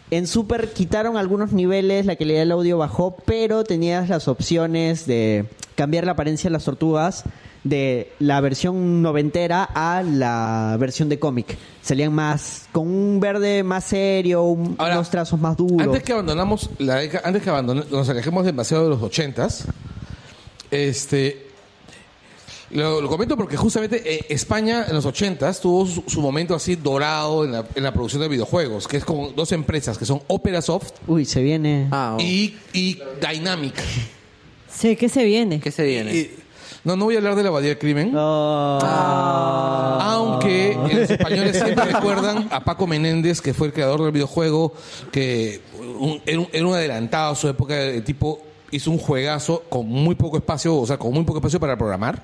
En Super quitaron algunos niveles, la calidad del audio bajó, pero tenías las opciones de cambiar la apariencia de las tortugas de la versión noventera a la versión de cómic. Salían más, con un verde más serio, un-
Ahora,
unos trazos más duros.
Antes que abandonamos, la década- antes que abandone- nos alejemos demasiado de los ochentas, este, lo, lo comento porque justamente eh, España en los ochentas tuvo su, su momento así dorado en la, en la producción de videojuegos, que es con dos empresas que son Opera Soft
Uy, se viene.
Ah, oh.
y, y Dynamic.
Sé que se viene.
¿Qué se viene?
Y- no, no voy a hablar de la abadía del crimen.
Oh.
Aunque los españoles siempre recuerdan a Paco Menéndez, que fue el creador del videojuego, que un- era, un, era un adelantado a su época, el tipo hizo un juegazo con muy poco espacio, o sea, con muy poco espacio para programar.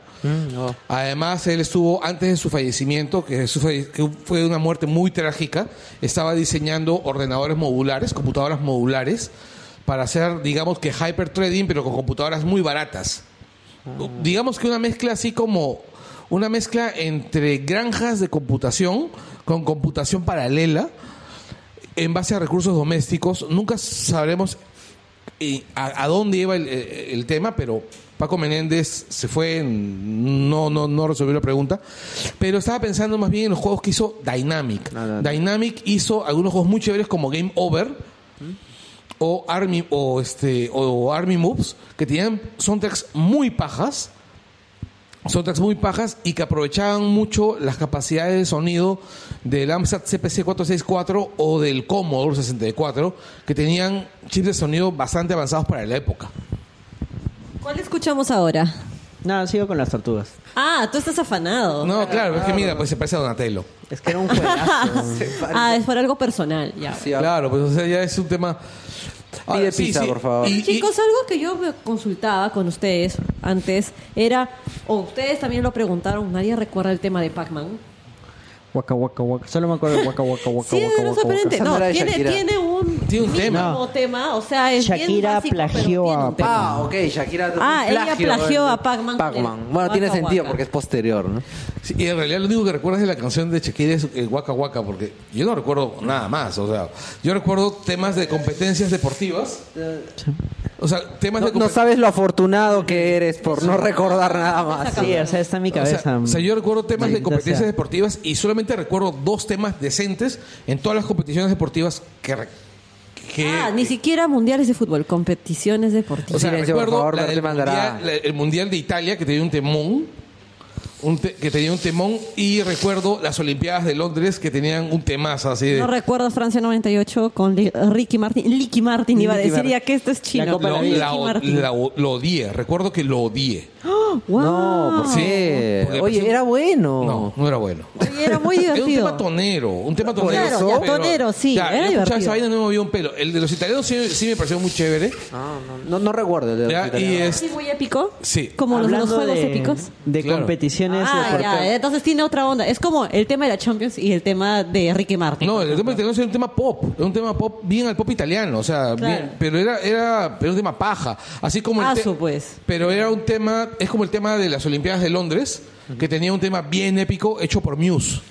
Además, él estuvo, antes de su fallecimiento, que, su falle- que fue una muerte muy trágica, estaba diseñando ordenadores modulares, computadoras modulares, para hacer, digamos que hyper trading, pero con computadoras muy baratas. digamos que una mezcla así como una mezcla entre granjas de computación con computación paralela en base a recursos domésticos. Nunca sabremos eh, a, a dónde iba el, eh, el tema, pero Paco Menéndez se fue, en- no, no, no resolvió la pregunta. Pero estaba pensando más bien en los juegos que hizo Dynamic.
Nada.
Dynamic hizo algunos juegos muy chéveres como Game Over o Army o este o Army Moves que tenían soundtracks muy pajas soundtracks muy pajas y que aprovechaban mucho las capacidades de sonido del Amstrad CPC 464 o del Commodore 64 que tenían chips de sonido bastante avanzados para la época
¿Cuál escuchamos ahora?
Nada, sigo con las tortugas.
Ah, tú estás afanado.
no claro es que mira pues se parece a Donatello
Es que era un juegazo.
Ah, es por algo personal, ya.
Sí, ah,
claro pues o sea ya es un tema Ahora,
Pide pizza, por favor.
Y- y-
Chicos, algo que yo me consultaba con ustedes antes era, o ustedes también lo preguntaron, nadie recuerda el tema de Pac-Man.
Waka, waka, waka. Solo me acuerdo de waka, waka, waka,
Sí,
waka,
no
waka,
sorprendente.
Esa no
No,
era de
tiene,
Shakira.
tiene un
Tiene un tema.
mínimo tema, o sea, es bien
Shakira
básico, pero
plagió
tiene
a
un tema.
Ah, ok, Shakira.
Ah,
un
ella plagió
¿no?
a Pac-Man.
Pac-Man.
Waka,
Bueno, tiene
waka.
sentido porque es posterior, ¿no?
Sí, y en realidad lo único que recuerdas de la canción de Shakira es el Waka Waka, porque yo no recuerdo nada más. O sea, yo recuerdo temas de competencias deportivas. O sea, temas
No,
de
no
competencias.
sabes lo afortunado que eres por no recordar nada más.
Sí, o sea, está en mi
O
cabeza.
sea, o sea, yo recuerdo temas de
Maldita
competencias
sea.
deportivas y solamente recuerdo dos temas decentes en todas las competiciones deportivas que... re- que
Ah, ni siquiera mundiales de fútbol, competiciones
O
deportivas.
sea,
Silencio, por
recuerdo
favor,
la
Bertil
del
Mandará.
mundial, la- el Mundial de Italia que tenía un temón. un te- que tenía un temón y recuerdo las Olimpiadas de Londres que tenían un temazo así de
no recuerdo Francia 98 con Li- Ricky Martin. Licky Martin iba a
Ricky
decir
Martin.
ya que esto es
La
chino.
Copa
lo,
Licky
la o-
Martin.
la o- lo odié, recuerdo que lo odié.
Wow.
No, ¿por
Sí,
qué?
porque
Oye,
parece-
era bueno.
No, no era bueno.
Oye, era muy
Era un
divertido.
tema tonero, un tema
Por
tonero.
eso. Claro,
ya, tonero, sí,
Ya,
era
yo escuchaba
divertido.
esa vaina y no me movía un pelo. El de los italianos sí, sí me pareció muy chévere.
No, Ah, no, no, no recuerdo. el de
ya,
Shakira,
y
no.
es,
Sí, muy épico.
Sí.
Como los, los
Hablando
juegos
de,
épicos.
De
Claro.
competiciones
Ah,
deportivas.
ya, entonces tiene otra onda. Es como el tema de la Champions y el tema de Ricky Martin.
no, el tema italiano era un tema pop, era un tema pop bien al pop italiano, o sea,
Claro.
bien- pero era, era pero un tema paja, así como el
Ah,
te-
su, pues.
Pero era un tema, es como el tema de las Olimpiadas de Londres, que tenía un tema bien épico hecho por Muse.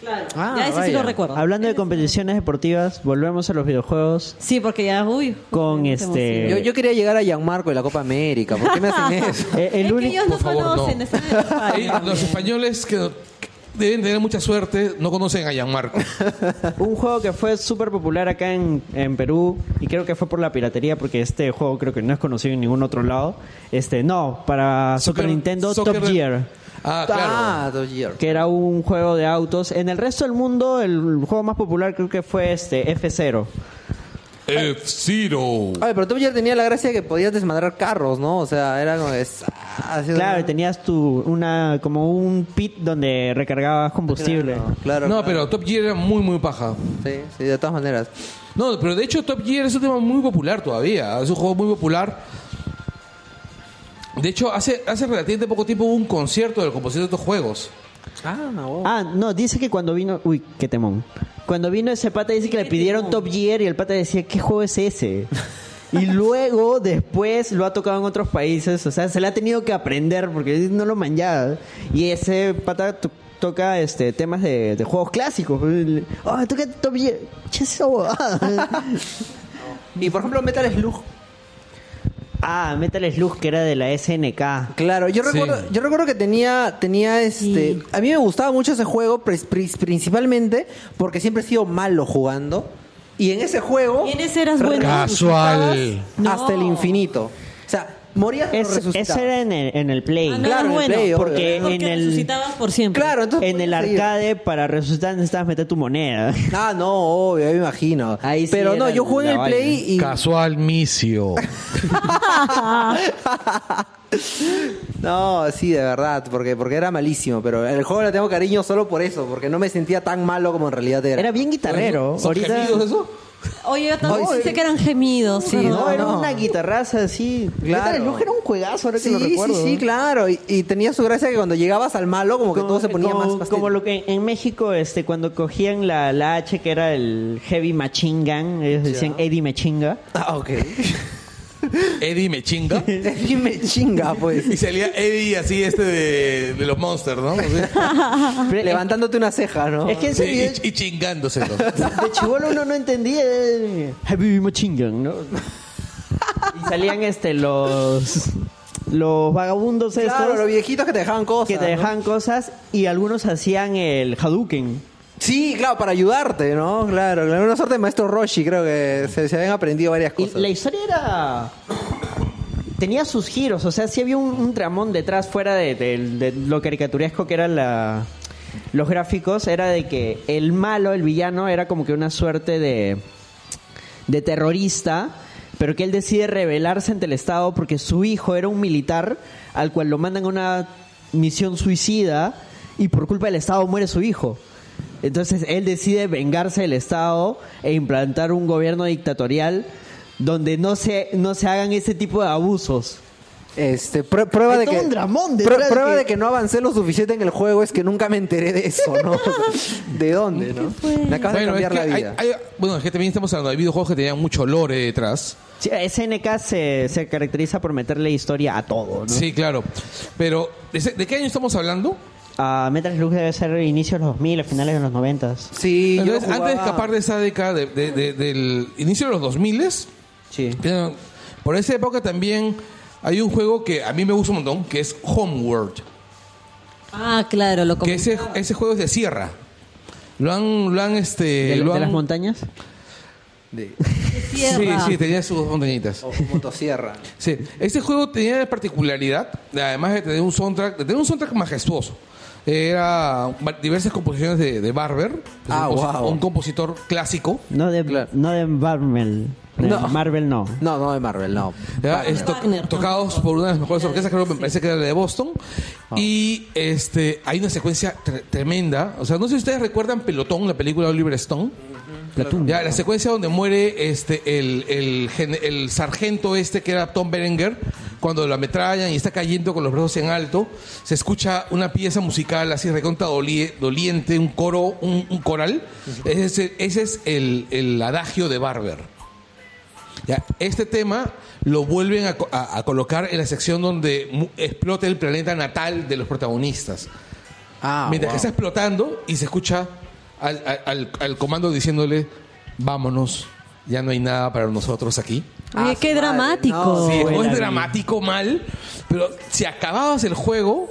Claro.
Ah,
ya ese sí
vaya.
lo recuerdo.
Hablando de competiciones deportivas, volvemos a los videojuegos.
Sí, porque ya, uy.
Con
justamente
este-
emoción.
Yo, yo quería llegar a Gianmarco y la Copa América. ¿Por qué me hacen eso?
Eh, el
es que
único-
ellos no
Por favor,
conocen,
no.
están en el
Ahí,
padre
los
también.
españoles que que deben tener mucha suerte no conocen a Gianmarco.
Un juego que fue súper popular acá en, en Perú y creo que fue por la piratería porque este juego creo que no es conocido en ningún otro lado. Este, no, para Super,
Soccer-
Nintendo
soccer
Top
de-
Gear,
Ah, claro.
Ah, dos years.
que era un juego de autos. En el resto del mundo el juego más popular creo que fue este F0.
F-Zero.
Oye, pero tú ya tenía la gracia de que podías desmadrar carros, ¿no? O sea, era como... es- ah, así-
Claro, y tenías tu una como un pit donde recargabas combustible.
Claro, claro.
No,
claro.
pero Top Gear era muy, muy paja.
Sí, sí, de todas maneras.
No, pero de hecho Top Gear es un tema muy popular todavía. Es un juego muy popular. De hecho, hace, hace relativamente poco tiempo hubo un concierto del compositor de estos juegos.
Ah, no.
Ah, no, dice que cuando vino, uy, qué temón. Cuando vino ese pata dice que le pidieron Top Gear y el pata decía, "¿Qué juego es ese?" Y luego, después, lo ha tocado en otros países. O sea, se le ha tenido que aprender porque no lo manjaba. Y ese pata to- toca este temas de, de juegos clásicos. Ah, toca Top Gear. Che, esa huevada.
Y por ejemplo, Metal Slug.
Ah, Metal Slug, que era de la SNK.
Claro, yo
Sí.
recuerdo, yo recuerdo que tenía, tenía este,
Sí.
a mí me gustaba mucho ese juego pris- pris- principalmente porque siempre he sido malo jugando y en ese juego
Y en ese eras bueno.
Casual.
No.
hasta el infinito, o sea, morías pero
Es-
resucitabas.
ese era en el, en el Play.
Ah, no
Claro,
eras
en
bueno.
Play, obvio.
porque
Porque en el-
resucitabas por siempre.
Claro, entonces
en el
podías seguir.
arcade, para resucitar necesitabas meter tu moneda.
Ah, no, obvio, me imagino.
Ahí sí
pero
era
no, yo jugué en
la
el Play y
Casual misio.
no, sí, de verdad, porque porque era malísimo, pero el juego le tengo cariño solo por eso, porque no me sentía tan malo como en realidad era.
Era bien guitarrero.
¿Son
Ahorita...
gemidos eso?
Oye, yo también
No,
pensé que eran gemidos.
Sí,
perdón.
No, era
no.
una guitarraza así.
Claro.
Metal Slug era un juegazo, ahora
Sí,
que lo recuerdo.
sí, sí, claro. Y, y tenía su gracia que cuando llegabas al malo, como que todo se ponía
como-
más pastel.
Como lo que en México, este, cuando cogían la, la H, que era el Heavy Machine Gun, ellos decían Eddie Machinga.
Ah, ok.
Eddie me chinga.
Eddie me chinga, pues.
Y salía Eddie así, este de, de los monsters, ¿no? Así.
Ah,
eh,
Levantándote una ceja, ¿no?
Es que ese
Sí,
video
y, y chingándoselo.
de chivolo uno no entendía. eh, Happy Machingan, ¿no? Y salían este los los vagabundos
Claro,
estos
los viejitos que te dejaban cosas.
que te
¿no?
dejaban cosas y algunos hacían el Hadouken.
Sí, claro, para ayudarte, ¿no? Claro, claro. Una suerte de maestro Roshi, creo que se, se habían aprendido varias
Y
cosas.
la historia era. Tenía sus giros, o sea, sí había un, un tramón detrás, fuera de, de- de lo caricaturesco que eran la- los gráficos, era de que el malo, el villano, era como que una suerte de, de terrorista, pero que él decide rebelarse ante el Estado porque su hijo era un militar al cual lo mandan a una misión suicida y por culpa del Estado muere su hijo. Entonces él decide vengarse del Estado e implantar un gobierno dictatorial donde no se, no se hagan ese tipo de abusos.
Este, prue- prueba
Hay
de
todo
que
un dramón
prue-
detrás
prueba
que-
de que no avancé lo suficiente en el juego es que nunca me enteré de eso, ¿no? O sea, ¿De dónde, no? Me acabas de
Bueno, es
cambiar
que
la
hay-
vida.
hay- bueno, es que también estamos hablando de videojuegos que tenían mucho lore detrás.
Sí, SNK se, se caracteriza por meterle historia a todo, ¿no?
Sí, claro. Pero, ¿de ese- ¿de qué año estamos hablando?
A Metal Slug debe ser inicios de los 2000, finales de los 90.
Sí, yo
Entonces,
jugaba-
antes de escapar de esa década de- de- de- del inicio de los 2000,
Sí.
eh, por esa época también hay un juego que a mí me gusta un montón, que es Homeworld.
Ah, claro, lo
Que
comenté.
ese, ese juego es de sierra. Lo han, lo han, este,
¿De,
lo
de
han-
las montañas?
de-
Sí, sí, tenía sus montañitas.
o motosierra.
Sí, este juego tenía la particularidad, de, además de tener un soundtrack, de tener un soundtrack majestuoso. Era va- diversas composiciones de, de Barber, que es
Ah,
un, composi-
guau.
un compositor clásico.
No de,
Claro.
no de Marvel. De
No.
Marvel no.
No, no de Marvel, no.
¿ya?
Wagner.
Es to-
Wagner.
tocados por una de las mejores orquestas, creo que me parece que era la de Boston. Y este hay una secuencia tre- tremenda. O sea, no sé si ustedes recuerdan Pelotón, la película de Oliver Stone.
La tumba.
Ya, la secuencia donde muere este el, el, gen- el sargento este que era Tom Berenger, cuando lo ametrallan y está cayendo con los brazos en alto, se escucha una pieza musical así recontra dolie- doliente, un coro, un, un coral. Ese, es- ese es el, el adagio de Barber. Ya, este tema lo vuelven a, co- a- a colocar en la sección donde mu- explota el planeta natal de los protagonistas.
Ah,
Mientras que
wow.
está explotando y se escucha al, al- al- al comando diciéndole, vámonos, ya no hay nada para nosotros aquí.
Oye,
Ah,
qué
su madre,
dramático.
no,
Sí, el juego
buena
es
vida.
dramático mal, pero si acababas el juego,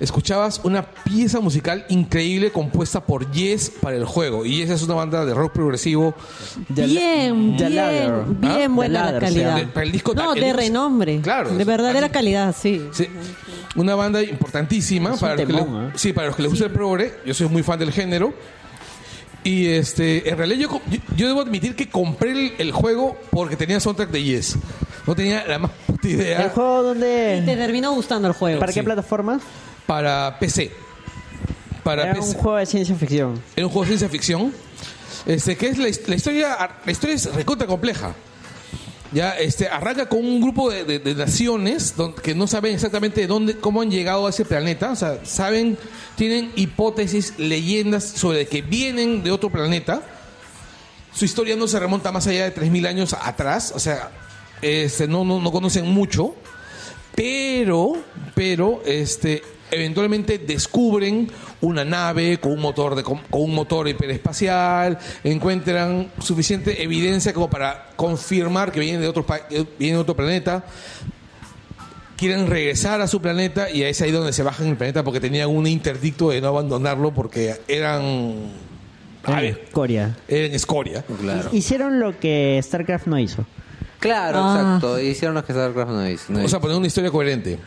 escuchabas una pieza musical increíble compuesta por Yes para el juego. Y Yes es una banda de rock progresivo.
De la-
Bien,
de
bien,
ladder.
¿Ah?
bien buena
The
la
Ladder,
calidad.
o
sea, de- para el disco-
no,
el
de
disco-
renombre.
Claro,
De
es-
verdadera
también-
calidad, sí.
Sí, una banda importantísima
Es
para
un
los, que le-
temón, ¿eh?
sí, para los que les gusta el progre. Yo soy muy fan del género. Y este, en realidad yo, co- yo, yo debo admitir que compré el, el juego porque tenía soundtrack de Yes. No tenía la más puta idea
¿El juego
Te
donde.?
terminó gustando el juego.
¿Para
Sí.
qué plataforma?
para PC. Para
Era un
PC.
juego de ciencia ficción.
Era un juego de ciencia ficción. Este, que es la, his- la historia. La historia es recontra compleja. Ya, este, arranca con un grupo de, de- de naciones don- que no saben exactamente dónde, cómo han llegado a ese planeta. O sea, saben, tienen hipótesis, leyendas sobre que vienen de otro planeta. Su historia no se remonta más allá de 3.000 años atrás. O sea, este, no, no, no conocen mucho. Pero, pero, este, eventualmente descubren una nave con un motor de, con un motor hiperespacial, encuentran suficiente evidencia como para confirmar que vienen de otro pa- eh, vienen de otro planeta. Quieren regresar a su planeta y es ahí donde se bajan el planeta porque tenían un interdicto de no abandonarlo porque eran a ver,
Corea.
eran escoria.
Claro,
Eh, Hicieron lo que StarCraft no hizo.
claro
Ah.
exacto. Hicieron los que StarCraft no hizo. no
O sea,
hizo.
poner una historia coherente.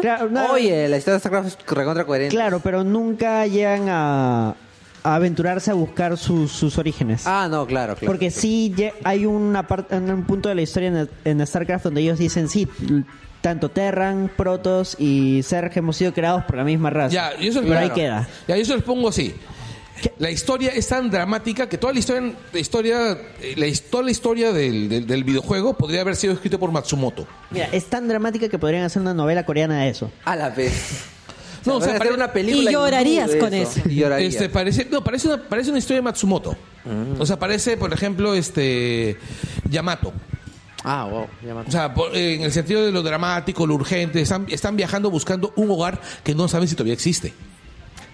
Claro, no-
Oye, la historia de StarCraft es recontra coherente.
Claro, pero nunca llegan a, a aventurarse a buscar sus, sus orígenes.
Ah, no, claro, claro.
Porque sí lle- hay una parte, en un punto de la historia en, el- en StarCraft donde ellos dicen sí, l- tanto Terran, Protoss y Zerg hemos sido creados por la misma raza.
Ya, y eso es
pero ahí
claro.
queda.
Ya, yo se los pongo así. La historia es tan dramática que toda la historia, la historia, eh, la, his- toda la historia del, del- del videojuego podría haber sido escrito por Matsumoto.
Mira, es tan dramática que podrían hacer una novela coreana de eso.
A la vez.
No, o sea,
hacer
pare-
una película
Y llorarías
hindú de
con eso.
Y llorarías.
este, parece, no, parece una,
Mm.
parece una historia de Matsumoto. O sea, parece, por ejemplo, este Yamato.
Ah, wow. ya me-
O sea, por- eh, en el sentido de lo dramático, lo urgente, están, están viajando buscando un hogar que no saben si todavía existe.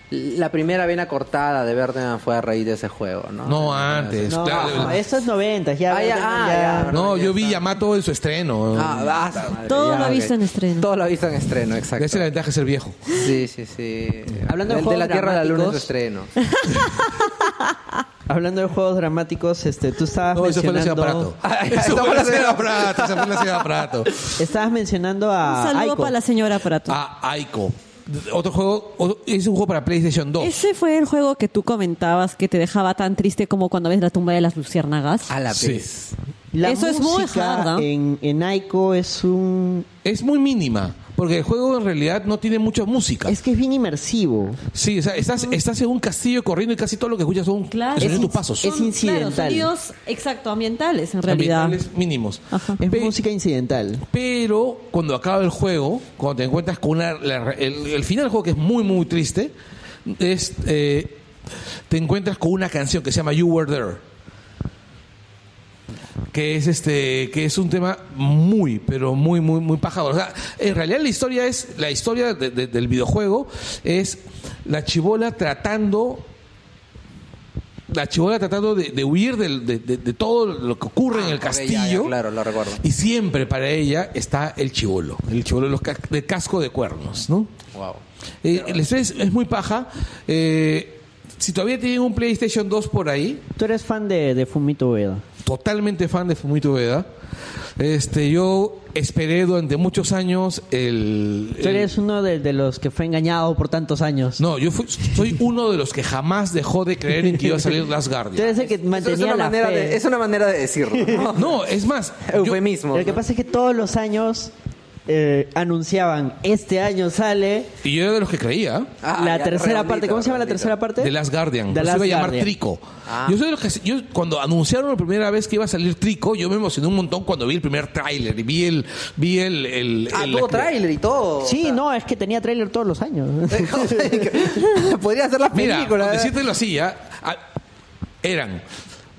La primera vena cortada de Birdman fue a raíz de ese juego, ¿no?
No, antes.
No,
claro.
no, eso es 90, ya.
Ah, ya,
Birdman
ah,
ya-
ya.
No, yo vi Yamato en su estreno.
Ah, ah, su madre,
Todo
ya,
lo ha
ok.
visto en estreno.
Todo lo ha visto en estreno,
Esa
exacto.
es la ventaja de ser viejo.
Sí, sí, sí.
Hablando de
Del-
juegos
la Tierra de la Luna es su
dramáticos.
estreno.
Hablando de juegos dramáticos, este, tú estabas
No, Oh, eso fue la
mencionando...
señora Prato. Eso
Esa
fue la
fue la
señora Prato. Esa fue la señora Prato.
Estabas mencionando a
Un saludo
Aiko.
para la señora Prato.
A Ah, Aiko. Otro juego, otro- es un juego para PlayStation 2.
Ese fue el juego que tú comentabas que te dejaba tan triste como cuando ves la tumba de las luciérnagas.
A la
Sí.
vez.
La
Eso es muy
música
hard, ¿ah?
en, en Aiko es un...
Es muy mínima, porque el juego en realidad no tiene mucha música.
Es que es bien inmersivo.
Sí, o sea, estás, estás en un castillo corriendo y casi todo lo que escuchas son
Claro.
son
Es
tus
in-
pasos.
es
Son,
incidental.
Claro, sonidos, exacto, ambientales en realidad.
Ambientales mínimos.
Ajá.
Es
Pe-
música incidental.
Pero cuando acaba el juego, cuando te encuentras con una, la- el, el final del juego que es muy, muy triste, es, eh, te encuentras con una canción que se llama You Were There. Que es este, que es un tema muy, pero muy, muy, muy pajador. O sea, en realidad la historia es, la historia de- de- del videojuego es la chibola tratando la chibola tratando de, de huir del- de, de- de todo lo que ocurre en el
Ah, Ok, ya, ya,
castillo.
claro, lo recuerdo.
Y siempre para ella está el chivolo, el chivolo de, los ca- de casco de cuernos, ¿no?
Wow.
Eh, el estrés es muy paja. eh, si todavía tienen un PlayStation 2 por ahí,
Tú eres fan de, de Fumito Ueda.
totalmente fan de Fumito Ueda. Este, yo esperé durante muchos años el...
Tú
el-
eres uno de, de los que fue engañado por tantos años.
no, yo fui- soy uno de los que jamás dejó de creer en que iba a salir Last
Tú
Guardian.
eres el que
Eso es,
mantenía
una
la
manera
fe.
de, es una manera de decirlo. ¿no?
No, es más, yo-
Eufemismo.
Lo que
¿no?
pasa es que todos los años eh, anunciaban, este año sale
y yo era de los que creía.
Ah,
la
ya,
tercera
redondito,
parte. ¿Cómo se llama la
redondito.
tercera parte?
De Last Guardian.
The
Yo se
Last
iba a llamar
Guardian.
Trico.
Ah.
Yo soy de los que, yo, cuando anunciaron la primera vez que iba a salir Trico, yo me emocioné un montón cuando vi el primer tráiler y vi el, vi el, el-
Ah,
el-
tuvo
la-
tráiler y todo.
Sí, no, es que tenía tráiler todos los años.
Podría hacer las
Mira, por
películas. ¿eh?
decírtelo así, ya, ah, eran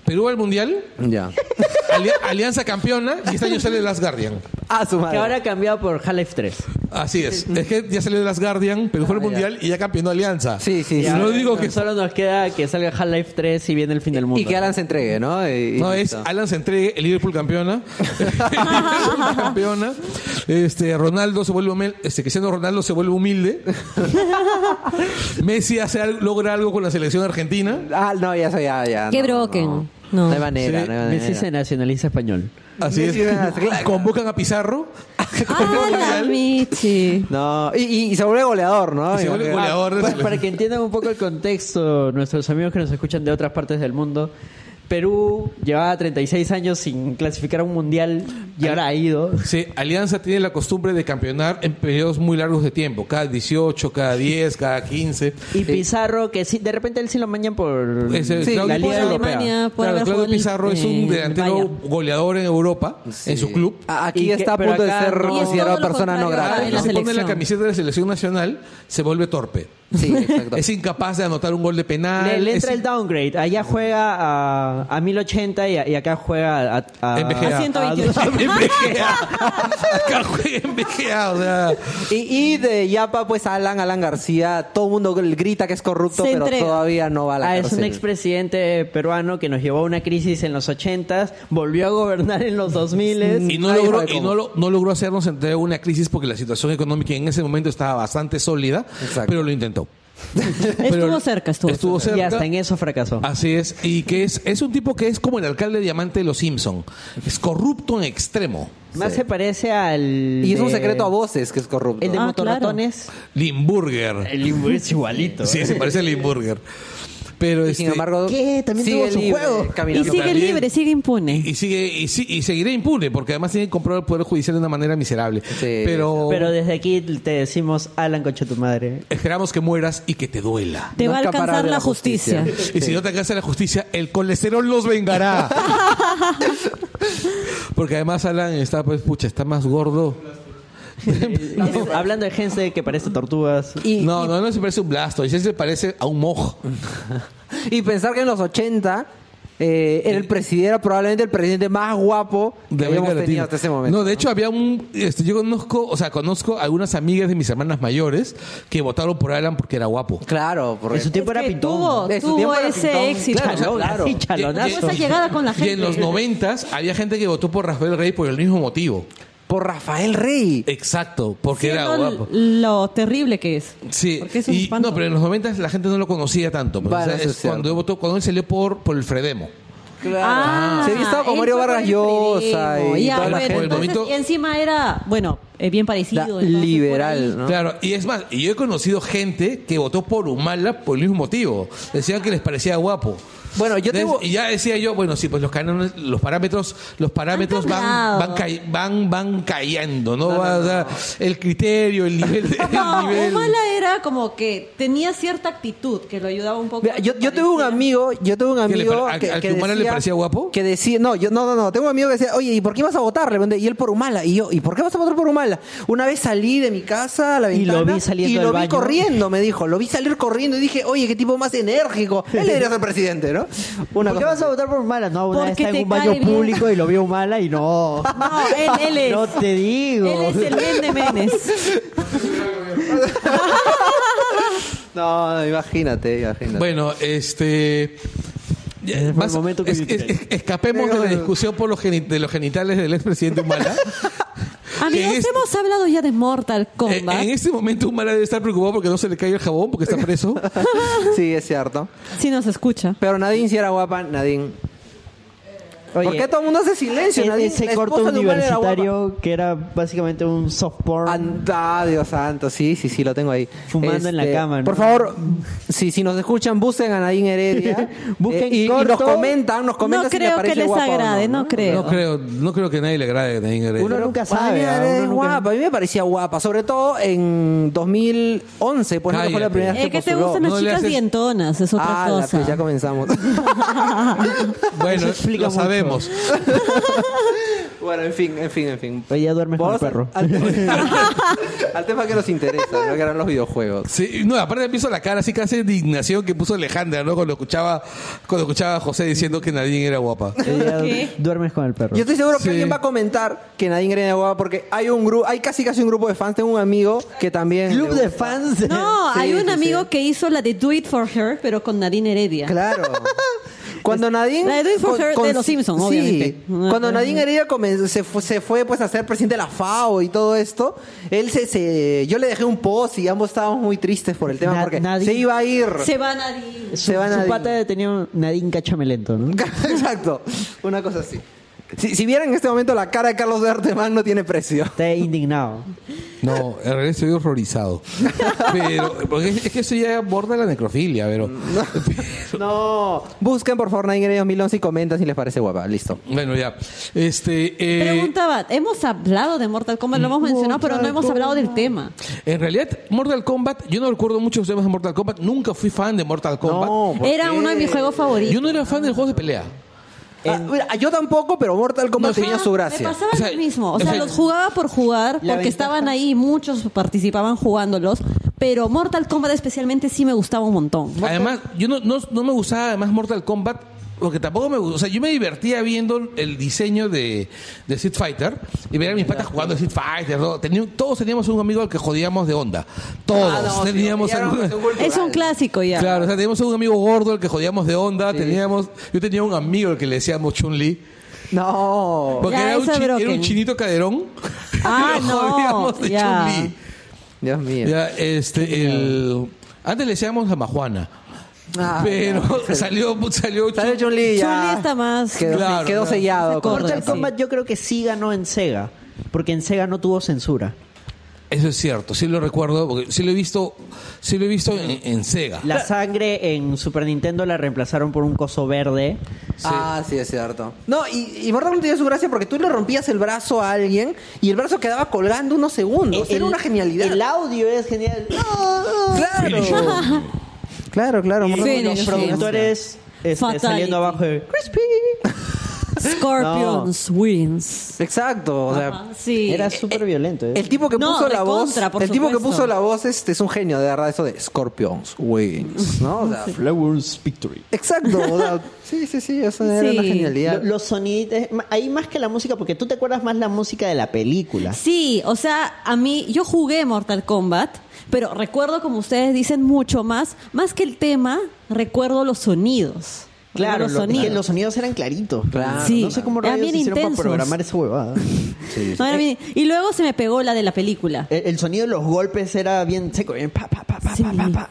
Perú al Mundial,
Ya.
Ali- Alianza Campeona y este año sale The Last Guardian.
Ah, su
que
madre.
ahora ha cambiado por Half-Life 3.
Así es. Es que ya salió The Last Guardian, Perú fue al
Ah, ya.
Mundial y ya campeonó Alianza.
Sí, sí,
Y
sí.
no digo que...
Solo nos queda que salga Half-Life 3 y viene el fin del mundo.
Y que Alan se entregue, ¿no? Y-
No,
y
es
listo.
Alan se entregue, el Liverpool campeona. El Liverpool campeona. Este, Ronaldo se vuelve humilde. Este, Cristiano Ronaldo se vuelve humilde. Messi hace algo- logra algo con la selección argentina.
Ah, no, ya soy ya, ya.
Qué
no,
broken.
No.
No.
No hay manera,
Sí,
no hay manera.
Messi se nacionaliza español.
Así es.
Messi gana, claro.
Convocan a Pizarro.
¡Ah, la Michi!
No, y, y- y se vuelve goleador, ¿no?
Y se vuelve
Imagínate.
goleador de
Pa-
selección.
Ah, pues, para que entiendan un poco el contexto, nuestros amigos que nos escuchan de otras partes del mundo, Perú llevaba 36 años sin clasificar a un mundial y ahora ha ido.
Sí, Alianza tiene la costumbre de campeonar en periodos muy largos de tiempo. Cada 18, cada 10, cada 15.
Y Pizarro, que sí, de repente él sí lo mañan por
Es el
sí,
Claudio
la Liga
Pizarro.
Europea.
Alemania, puede
Claro,
haber jugado
Claudio
en el-
Pizarro es un
en
delantero
Bayern.
goleador en Europa, en su club.
Ah, Aquí
Y
está a
que- pero
punto de
acá
ser
no-
Y es
considerado
todo lo
persona no
contrario,
grata.
en
Claro,
la
si se pone la
selección.
camiseta de la selección nacional, se vuelve torpe.
¿no? Sí, exacto.
Es incapaz de anotar un gol de penal.
Le, le
es
entra el downgrade. Allá juega a, a 1080 y, a- y acá juega a, a,
En BGA.
A 128.
a-
en BGA. Acá juega en BGA, o sea.
Y, y de Yapa, pues Alan, Alan García, todo el mundo grita que es corrupto,
Se
pero
entrega.
todavía no va a la
Ah, es
cárcel.
un expresidente peruano que nos llevó a una crisis en los 80s, volvió a gobernar en los 2000s.
Y no
Nadie
logró,
sabe
y
cómo.
no, lo- no logró hacernos entrar en una crisis porque la situación económica en ese momento estaba bastante sólida,
Exacto.
pero lo intentó.
Estuvo cerca, estuvo
Estuvo cerca.
Y hasta en eso fracasó.
Así es, y que es, es un tipo que es como el alcalde diamante de los Simpson. Es corrupto en extremo.
Más se parece al.
Y es un
de-
secreto a voces que es corrupto.
El de
Ah,
motoratones.
Limburger.
El Limbo es igualito. ¿eh?
Sí, se parece a Limburger. Pero
Y sin
este-
embargo,
¿Qué? También
sigue
tuvo su
libre,
juego.
Y
caminando.
sigue
También.
libre, sigue impune.
Y sigue y, si- y seguirá impune, porque además tiene que comprar el Poder Judicial de una manera miserable.
Sí.
pero,
Pero desde aquí te decimos, Alan, concha tu madre.
esperamos que mueras y que te duela.
Te
No
va a
escapará
alcanzar
de
la
la justicia.
justicia.
Y si no te alcanza la justicia, el colesterol los vengará. porque además Alan está, pues, pucha, está más gordo.
Hablando de gente que parece tortugas.
Y,
no, no, no se parece a un blasto, ese se parece a un mojo.
y pensar que en los 80 eh, era el presidente, era probablemente el presidente más guapo que
de
habíamos
América
tenido
Latina.
hasta ese momento.
No, de hecho había un este, yo conozco, o sea, conozco algunas amigas de mis hermanas mayores que votaron por Alan porque era guapo.
Claro, porque
En su tiempo
Es
era
que
pintón.
tuvo-
en su
tuvo
tiempo era
ese
pintón.
éxito.
Claro,
Chalón,
claro.
así, chalonazos.
Esa llegada con la
Y en
gente.
los noventas había gente que votó por Rafael Rey por el mismo motivo.
Por Rafael Rey.
Exacto, porque
Siendo
era guapo.
Lo terrible que es.
Sí,
Porque es un
y-
espanto.
no, pero en los noventas la gente no lo conocía tanto. pues,
Bueno,
o sea,
eso
es
es cierto.
cuando, él votó, cuando él salió por, por el Fredemo.
Ah,
se había estado con
él
Mario
fue por
Vargas
el
Llosa
Frelimo.
y
Ya,
toda la
por el
bueno,
gente.
entonces,
momento-
Y encima era, bueno, eh, bien
La-
parecido. entonces, por ahí.
liberal, ¿no?
Claro, y es más, y yo he conocido gente que votó por Humala por el mismo motivo. Decían que les parecía guapo.
Bueno, yo
Entonces,
tengo-
Y ya decía yo, bueno, sí, pues los cánones, los parámetros, los parámetros van,
cambiado.
van, cay- van, van cayendo, ¿no? Va- da- El criterio, el nivel. el
No,
nivel.
Humala era como que tenía cierta actitud que lo ayudaba un poco.
Mira,
a
yo, yo tuve un
parecer.
amigo, yo tuve un
¿Que le
amigo
pare- al-
que,
al
que
que Humala le
decía-
parecía guapo?
Que decía, no, yo no, no, no, tengo un amigo que decía, oye, ¿y por qué vas a votar? Le pregunté, y él por Humala, y yo, ¿y por qué vas a votar por Humala? Una vez salí de mi casa a la
Y
ventana
lo vi saliendo
y lo
del
vi
baño.
corriendo, me dijo, lo vi salir corriendo y dije, oye, qué tipo más enérgico. Él debería ser presidente, ¿no? Una
¿Por qué
cosa
vas a
así.
votar por Humala? No, una vez
Porque
está en
te
un baño
cae bien.
público y lo vio Humala y no.
No, él, él es.
No te digo.
Él es el bien de Menes.
No, no, imagínate, imagínate.
Bueno, este. ya,
el
más-
momento que
es-
viví.
es- es- escapemos de la discusión por los geni- de los genitales del expresidente Humala.
Amigos,
Que es-
hemos hablado ya de Mortal
Eh,
Kombat.
en este momento Humala debe estar preocupado porque no se le cae el jabón porque está preso.
Sí, es cierto.
Si nos escucha.
Pero Nadine sí era guapa, Nadine.
Oye,
¿Por qué todo el mundo hace silencio?
e-
Nadine, la
ese
esposa
corto
de Humala era guapa.
universitario que era básicamente un soft porn.
Anda, Dios santo, sí, sí, sí, lo tengo ahí. Este,
Fumando en la cama, ¿no?
Por favor, si, si nos escuchan, busquen a Nadine Heredia.
Busquen
Eh, y, y
corto.
nos comentan, nos comentan
No
si
creo que
parece
les
guapa o
agrade, no creo.
No creo, no creo que nadie le agrade que tenga Heredia.
Uno nunca sabe.
a mí, me
¿ah?
parece
Uno nunca-
guapa, a mí me parecía guapa, sobre todo en 2011, pues no que fue la
Cállate.
primera vez
Eh,
que
que te
postuló.
gustan
No
las
le
chicas
haces-
dientonas, es otra
Ah, la,
cosa.
pues ya comenzamos.
Bueno,
Eso explica
lo
mucho.
sabemos.
bueno, en fin, en fin, en fin.
Oye, ya duermes con el
Vamos
perro.
Al, al tema que nos interesa, ¿no? que eran los videojuegos.
Sí, no, aparte piso la cara así casi de indignación que puso Alejandra, ¿no? Cuando escuchaba, cuando escuchaba a José diciendo que Nadine era guapa.
Oye, ya
¿Qué?
duermes con el perro.
Yo estoy seguro
Sí.
que alguien va a comentar que Nadine Green es guapa porque hay un grupo, hay casi casi un grupo de fans. Tengo un amigo que también.
Club
le
de
gusta.
fans. de-
No,
Sí,
hay un
sí,
amigo
sí.
que hizo la de Do It For Her, pero con Nadine Heredia.
Claro. Cuando Nadine.
La de Do It For Her de los Simpson,
sí.
obviamente.
Cuando Nadine Heredia comenzó- se, fue, se fue pues a ser presidente de la FAO y todo esto, él se, se- yo le dejé un post y ambos estábamos muy tristes por el tema
Na-
porque
Nadine-
se iba a ir.
Se va Nadine.
Su,
se va
su
Nadine.
pata tenía un Nadine Cachamelento, ¿no?
Exacto. Una cosa así. Si, si vieran en este momento la cara de Carlos de Artemán no tiene precio.
Está indignado.
No, en realidad estoy horrorizado. Pero, porque es, es que eso ya aborda la necrofilia, pero.
No. Busquen por favor Nadine Heredia 2011 y comenten si les parece guapa. Listo.
Bueno, ya. Este. eh,
Preguntaba, hemos hablado de Mortal Kombat, lo hemos mencionado, pero no hemos hablado del tema.
En realidad, Mortal Kombat, yo no recuerdo muchos temas de Mortal Kombat, nunca fui fan de Mortal Kombat.
¿por
Era
qué?
uno de mis juegos favoritos.
Yo no era fan del juego de pelea.
Ah, mira, yo tampoco, pero Mortal Kombat
No,
tenía
Ah,
su gracia.
Me pasaba
O sea,
lo mismo. O
o
sea,
sea,
los jugaba por jugar, porque
ventaja-
estaban ahí, muchos participaban jugándolos. Pero Mortal Kombat especialmente sí me gustaba un montón.
Además, yo no, no, no me gustaba además Mortal Kombat porque tampoco me gustaba. O sea, yo me divertía viendo el diseño de, de Street Fighter y ver a mis patas jugando Street Fighter. ¿no? Tenía- todos teníamos un amigo al que jodíamos de onda. Todos.
Ah, no, sí,
teníamos
ya era
algún-
una cuestión cultural.
Es un clásico ya.
Claro, o sea, teníamos un amigo gordo al que jodíamos de onda. Teníamos, yo tenía un amigo al que le decíamos Chun-Li.
No.
Porque
Ya,
era, un
eso es
chi- era
broken.
un chinito caderón.
Ah,
Lo
no,
jodíamos de
ya.
Chun-Li.
Dios mío.
Ya, este, el... Antes le decíamos a Majuana.
Ah,
pero salió, salió
Sale
Chun-
Chun Li ya.
Chun-Li está más-
Quedó,
Claro,
quedó
claro.
sellado. con-
Corta
Mortal
sí.
Kombat yo creo que sí ganó en Sega, porque en Sega no tuvo censura.
Eso es cierto, sí lo recuerdo, porque sí lo he visto, sí lo he visto en, en Sega.
La sangre en Super Nintendo la reemplazaron por un coso verde.
Ah, sí, es cierto. No, y, y Mortal Kombat tenía su gracia porque tú le rompías el brazo a alguien y el brazo quedaba colgando unos segundos. Era una genialidad.
El audio es genial.
Claro. claro, claro.
Y
Mortal Kombat
los
Finish
tenía su gracia.
productores este,
Fatality.
saliendo abajo de Crispy.
Scorpions wins.
Exacto, o sea,
Ajá, sí.
Era súper violento. ¿eh?
el tipo que
No,
puso la voz,
recontra, por
el tipo que
supuesto.
puso la voz este es un genio de verdad eso de Scorpions Wings, ¿no? O sea,
Flowers Victory.
exacto, o sea, sí, sí, sí, eso era
Sí.
una
Lo-
genialidad.
los sonidos, ahí más que la música, porque tú te acuerdas más la música de la película.
Sí, o sea, a mí, yo jugué Mortal Kombat, pero recuerdo, como ustedes dicen, mucho más, más que el tema, recuerdo los sonidos.
Claro,
Recuerdo
lo- es que los sonidos eran claritos.
Claro.
Sí.
No sé cómo
Eran
rayos
bien
hicieron
intensos.
para programar esa huevada.
No,
Eh,
era bien- Y luego se me pegó la de la película.
El, el sonido de los golpes era bien seco, bien pa, pa, pa, pa,
Sí.
pa, pa, pa.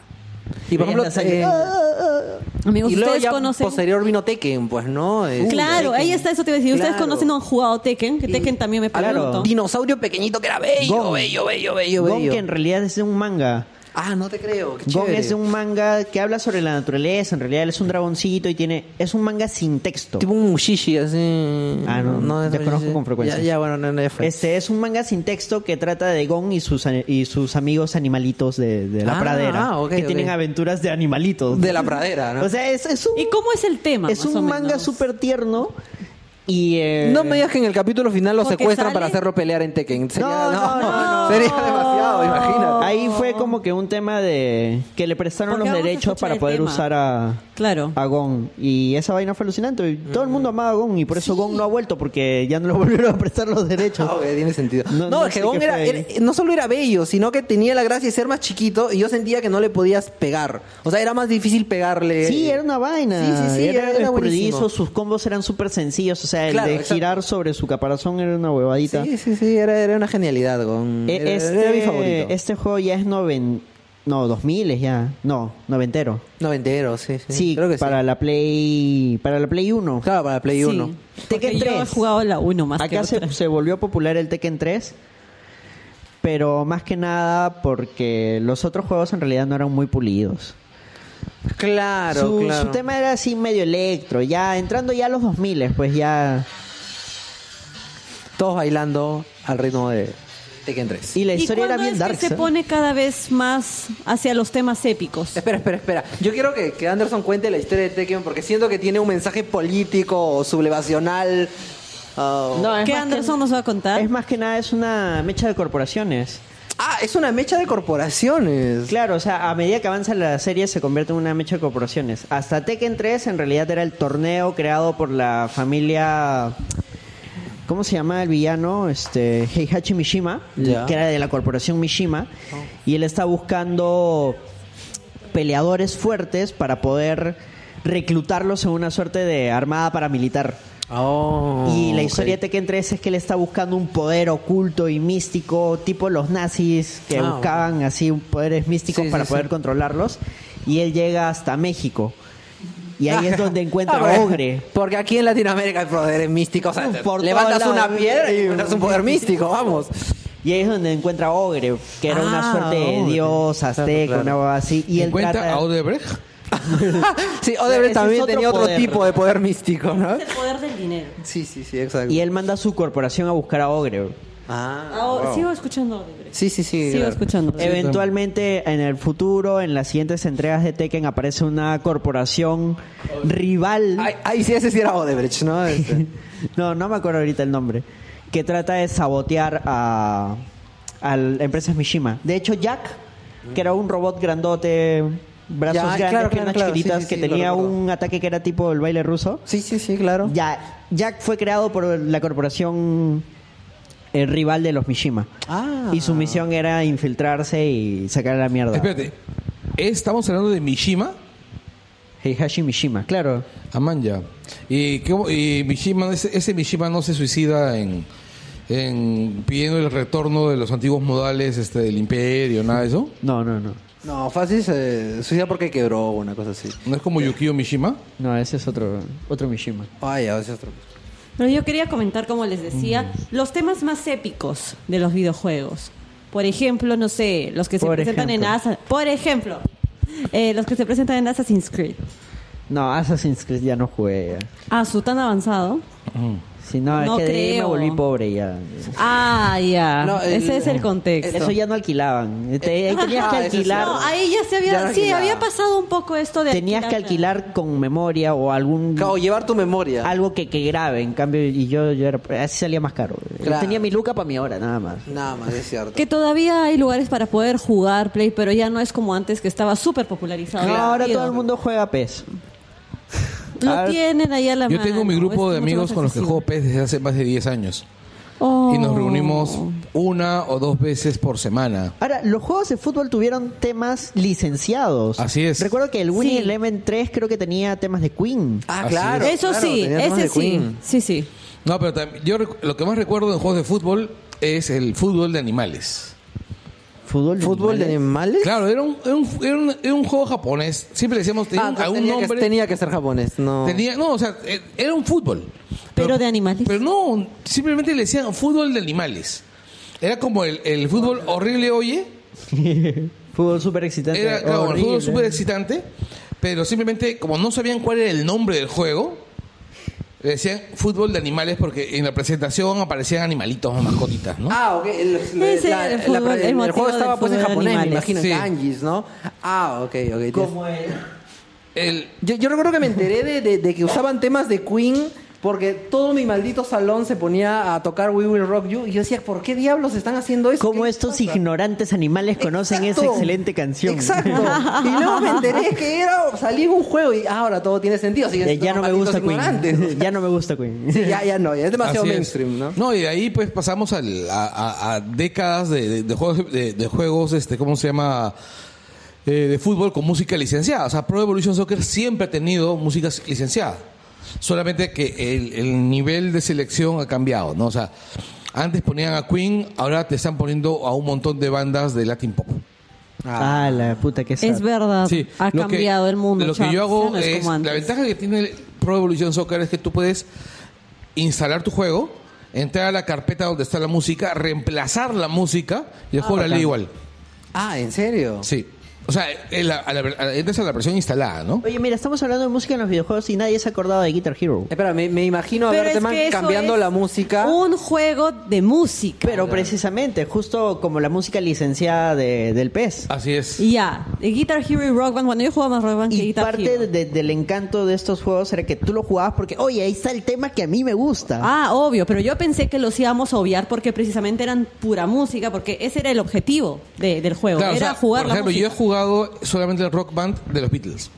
Y
Veías
por ejemplo,
la sangre.
eh,
Ah,
Amigos,
y luego
ustedes
ya
conocen.
posterior vino Tekken, pues, ¿no? Este,
Claro, ahí está, eso te iba a decir. Ustedes
Claro.
conocen o han jugado Tekken, que Tekken también me
Había
pregunto.
un dinosaurio pequeñito que era bello,
Gon.
bello, bello, bello,
Gon,
bello.
que en realidad es de un manga.
Ah, no te creo, qué
Gon
chévere.
es de un manga que habla sobre la naturaleza. En realidad él es un dragoncito y tiene. Es un manga sin texto.
Tipo un mushishi, así.
Ah, no,
es
desconozco
mushishi.
con frecuencia.
Ya, ya, bueno, no, no, ya fue.
Este es un manga sin texto que trata de Gon y sus, a- y sus amigos animalitos de, de la
Ah,
pradera.
ah, ok,
que
ok.
tienen aventuras de animalitos.
De la pradera, ¿no?
O sea, es, es un,
¿Y cómo es el tema?
es
más o
un manga
menos?
súper tierno. Y. eh,
no me digas que en el capítulo final lo
Porque
secuestran
sale-
para hacerlo pelear en Tekken. Sería,
No, no, no, no.
Sería demasiado, imagínate.
Ahí fue como que un tema de que le prestaron
Porque
los
vamos a
derechos
escuchar
para
el
poder
tema.
usar a,
Claro.
a Gon. Y esa vaina fue alucinante. Y
Mm.
Todo el mundo amaba a Gon y por eso Gon no ha vuelto porque ya no le volvieron a prestar los derechos.
Ah, ok, tiene sentido.
No,
No,
no
es
sé
que Gon
qué
era,
fue
era-
ahí.
no solo era bello, sino que tenía la gracia de ser más chiquito y yo sentía que no le podías pegar. O sea, era más difícil pegarle.
Sí, era una vaina.
Sí, sí, sí,
era,
era- era
escurridizo,
buenísimo.
sus combos eran súper sencillos. O sea, el
Claro,
de
exacto.
girar sobre su caparazón era una huevadita.
Sí, sí, sí, era, era una genialidad, Gon.
E-
Era,
este,
era mi favorito.
Este juego ya es noven... No, 2000 ya. No, noventero.
Noventero, sí, sí.
Sí,
creo que
para
sí.
la Play... Para la Play 1.
Claro, para Play
Sí,
1.
porque
Tekken
yo he
3.
jugado la 1 más que
Acá se,
otra.
se volvió popular el Tekken 3, pero más que nada porque los otros juegos en realidad no eran muy pulidos.
Claro,
su,
claro.
su tema era así medio electro, ya entrando ya a los 2000, pues ya...
Todos bailando al ritmo de Tekken 3.
Y la
¿Y
historia era
cuándo
bien
es
dark.
que se
¿eh?
pone cada vez más hacia los temas épicos?
Espera, espera, espera. Yo quiero que, que Anderson cuente la historia de Tekken porque siento que tiene un mensaje político o sublevacional. ah,
No, es
¿Qué
más que-
Anderson nos va a contar?
Es más que nada es una mecha de corporaciones.
Ah, es una mecha de corporaciones.
Claro, o sea, a medida que avanza la serie se convierte en una mecha de corporaciones. Hasta Tekken 3 en realidad era el torneo creado por la familia... ¿Cómo se llama el villano? Este, Heihachi Mishima,
Ya.
que era de la corporación Mishima. Y él está buscando peleadores fuertes para poder reclutarlos en una suerte de armada paramilitar. Y la historia de Tekken 3 es que él está buscando un poder oculto y místico, tipo los nazis que
Ah,
buscaban así poderes místicos
Sí,
para
sí,
poder
sí.
controlarlos. Y él llega hasta México. Y ahí es donde encuentra
Ah,
a
bueno.
Ogre.
Porque aquí en Latinoamérica hay poderes místicos. O sea, te-
Por
levantas
todos lados.
una piedra y encuentras un poder místico, vamos.
Y ahí es donde encuentra a Ogre, que era una
Ah,
suerte de
Ogre.
dios
Claro,
azteca,
claro.
una huevada así. Y él
¿Encuentra
trata...
a Odebrecht?
sí,
Ese es
Odebrecht también
otro
tenía otro
poder.
tipo de poder místico, ¿no?
Es el poder del dinero.
Sí, sí, sí, exacto.
Y él manda a su corporación a buscar a Ogre.
Ah,
Ah,
wow.
Sigo escuchando. Odebrecht.
Sí, sí, sí.
Sigo
claro.
escuchando.
Eventualmente, en el futuro, en las siguientes entregas de Tekken, aparece una corporación rival.
Ay, ay, sí, ese sí era Odebrecht, ¿no? Este.
No, no me acuerdo ahorita el nombre. Que trata de sabotear a, a la empresa Mishima. De hecho, Jack, que era un robot grandote, brazos
Ya,
grandes,
claro,
piernas
claro, claro. Sí,
chiquititas,
sí,
que
sí, lo
tenía
recuerdo.
un ataque que era tipo el baile ruso.
Sí, sí, sí, claro.
Ya, Jack fue creado por la corporación eh, rival de los Mishima.
Ah.
Y su misión era infiltrarse y sacar a la mierda.
Espérate, estamos hablando de Mishima.
Heihachi Mishima, claro.
Amanya. ¿Y, cómo- y Mishima, ese, ese Mishima no se suicida en, en pidiendo el retorno de los antiguos modales este, del imperio, nada de eso?
No, no, no.
No, fácil se suicida porque quebró una cosa así.
¿No es como Yukio Mishima?
No, ese es otro, otro Mishima.
Ay, a veces otro.
Pero yo quería comentar, como les decía,
Mm.
los temas más épicos de los videojuegos. Por ejemplo, no sé, los que se
Por
presentan en
ejemplo.
Assassin's Por ejemplo, eh, los que se presentan en Assassin's Creed.
No, Assassin's Creed ya no jugué. ya.
Ah, su tan avanzado.
Si no,
No
es que de ahí me
creo.
volví pobre ya.
Ah, ya.
No, el-
Ese es el contexto.
Eso ya no alquilaban. Te- ahí tenías que
Ah, eso sí.
alquilar.
No, ahí ya se había.
Ya no
sí,
alquilaba.
había pasado un poco esto de.
Tenías que alquilar con memoria o algún
O llevar tu memoria.
algo que, que grabe. En cambio, y yo, yo era, así salía más caro. Yo
Claro.
tenía mi luca para mi hora, nada más.
Nada más, es cierto.
Que todavía hay lugares para poder jugar Play, pero ya no es como antes que estaba súper popularizado.
No, ahora
divertido.
todo el mundo juega PES.
Lo
ahora-
tienen ahí a la
Yo
mano.
tengo mi grupo
es
de
mucho
amigos
más
con los que juego
accesible.
PES desde hace más de 10 años.
Oh.
Y nos reunimos una o dos veces por semana.
Ahora, los juegos de fútbol tuvieron temas licenciados.
Así es.
Recuerdo que el Winning
Sí.
Eleven 3 creo que tenía temas de Queen.
Ah,
Así
claro.
Eso
claro,
sí,
tenía temas
ese
de
sí.
Queen.
Sí, sí.
No, pero tam- yo rec- lo que más recuerdo en juegos de fútbol es el fútbol de animales.
Fútbol de
¿Fútbol de
animales.
animales?
Claro, era un, era un, era un- era un juego japonés. Siempre decíamos, tenía
Ah,
un-
entonces
a un
tenía,
nombre.
que, tenía que ser japonés, no.
tenía- no, o sea, eh, era un fútbol.
Pero de animales.
Pero no, simplemente le decían fútbol de animales. Era como el, el fútbol horrible, oye.
Fútbol súper excitante.
Era claro, un
horrible.
juego súper excitante, pero simplemente como no sabían cuál era el nombre del juego, le decían fútbol de animales porque en la presentación aparecían animalitos o mascotitas, ¿no?
Ah, ok. El,
Ese era el fútbol, el
el,
motivo
juego estaba
del
pues en
fútbol de
japonés, me
animales.
imagino,
Sí.
en kanjis, ¿no? Ah, ok, ok.
Como el-
El,
Yo, yo recuerdo que me enteré de, de- de que usaban temas de Queen porque todo mi maldito salón se ponía a tocar We Will Rock You. Y yo decía, ¿por qué diablos están haciendo eso?
¿Cómo
¿Qué
estos
pasa?
ignorantes animales conocen esa
Exacto.
excelente canción?
Exacto. Y luego me enteré que era salir en un juego y ah, ahora todo tiene sentido. Siguen
ya, Eh, ya
siendo
no me
malditos
gusta
ignorantes.
Queen. ya no me gusta Queen.
Sí, ya, ya no, ya es demasiado
así es.
mainstream, ¿no?
y de ahí pues pasamos al- a, a- a décadas de, de- de juegos, de, de juegos, este, ¿cómo se llama? Eh, de fútbol con música licenciada. O sea, Pro Evolution Soccer siempre ha tenido música licenciada. Solamente que el, el nivel de selección ha cambiado, ¿no? O sea, antes ponían a Queen, ahora te están poniendo a un montón de bandas de Latin Pop.
Ah.
Ah, la puta que
Es verdad.
Sí,
Ha
lo que-
cambiado el mundo.
Lo que
Charles,
yo
ya
hago
no
es,
como antes.
la ventaja que tiene el Pro Evolution Soccer es que tú puedes instalar tu juego, entrar a la carpeta donde está la música, reemplazar la música y el juego la lee igual.
Ah, ¿en serio?
Sí. O sea, en la- a la- a la- entras a la versión instalada, ¿no?
Oye, mira, estamos hablando de música en los videojuegos y nadie se ha acordado de Guitar Hero.
Eh,
Espera, me, me imagino a
Pero es
Berteman
que eso
cambiando
es
la música.
Un juego de música.
Pero precisamente, justo como la música licenciada de- del
Ah,
PES.
Así es.
Y ya, de Guitar Hero y Rock Band. Cuando yo jugaba más Rock Band que
Y
Guitar
parte
Hero.
de- del encanto de estos juegos era que tú lo jugabas porque, oye, ahí está el tema que a mí me gusta.
Ah, obvio, pero yo pensé que los íbamos a obviar porque precisamente eran pura música, porque ese era el objetivo de- del juego,
Claro, o
era
sea,
jugar
por
la
ejemplo, yo he
música.
jugado solamente el Rock Band de los Beatles.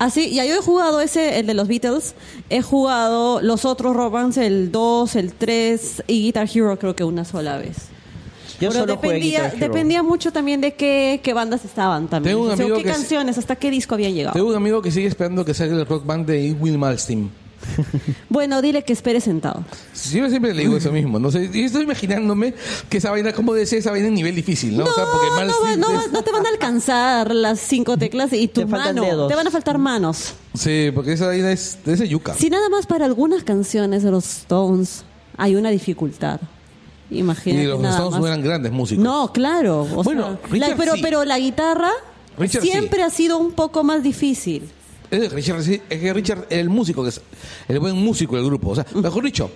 Así, Ah, ya yo he jugado ese, el de los Beatles, he jugado los otros Rock Bands, el 2, el 3 y Guitar Hero creo que una sola vez.
Yo
Pero
solo jugué
dependía,
Guitar Hero.
dependía mucho también de qué, qué bandas estaban también.
Tengo un
O sea,
amigo
qué
que es-
canciones, hasta qué disco habían llegado.
Tengo un amigo que sigue esperando que salga el Rock Band de Will Malmsteen.
Bueno, dile que espere sentado.
Sí, Yo siempre le digo eso mismo. No sé, y estoy imaginándome que esa vaina, como decía, esa vaina en nivel difícil, ¿no?
No,
o sea, porque
no, va-
Malmsteen
no va-
es-
no te van a alcanzar las cinco teclas y tu
Te faltan
mano.
dedos.
Te van a faltar manos.
Sí, porque esa vaina es de ese yuca.
Si nada más para algunas canciones de los Stones hay una dificultad. Imagínate.
y los
nada
Stones
más.
no eran grandes músicos.
No, claro. o
Bueno,
sea,
Richard
la- pero,
sí.
pero la guitarra
Richard
siempre
sí.
ha sido un poco más difícil.
Es que Richard, sí, es que Richard era el músico, que es el buen músico del grupo. O sea, mejor dicho,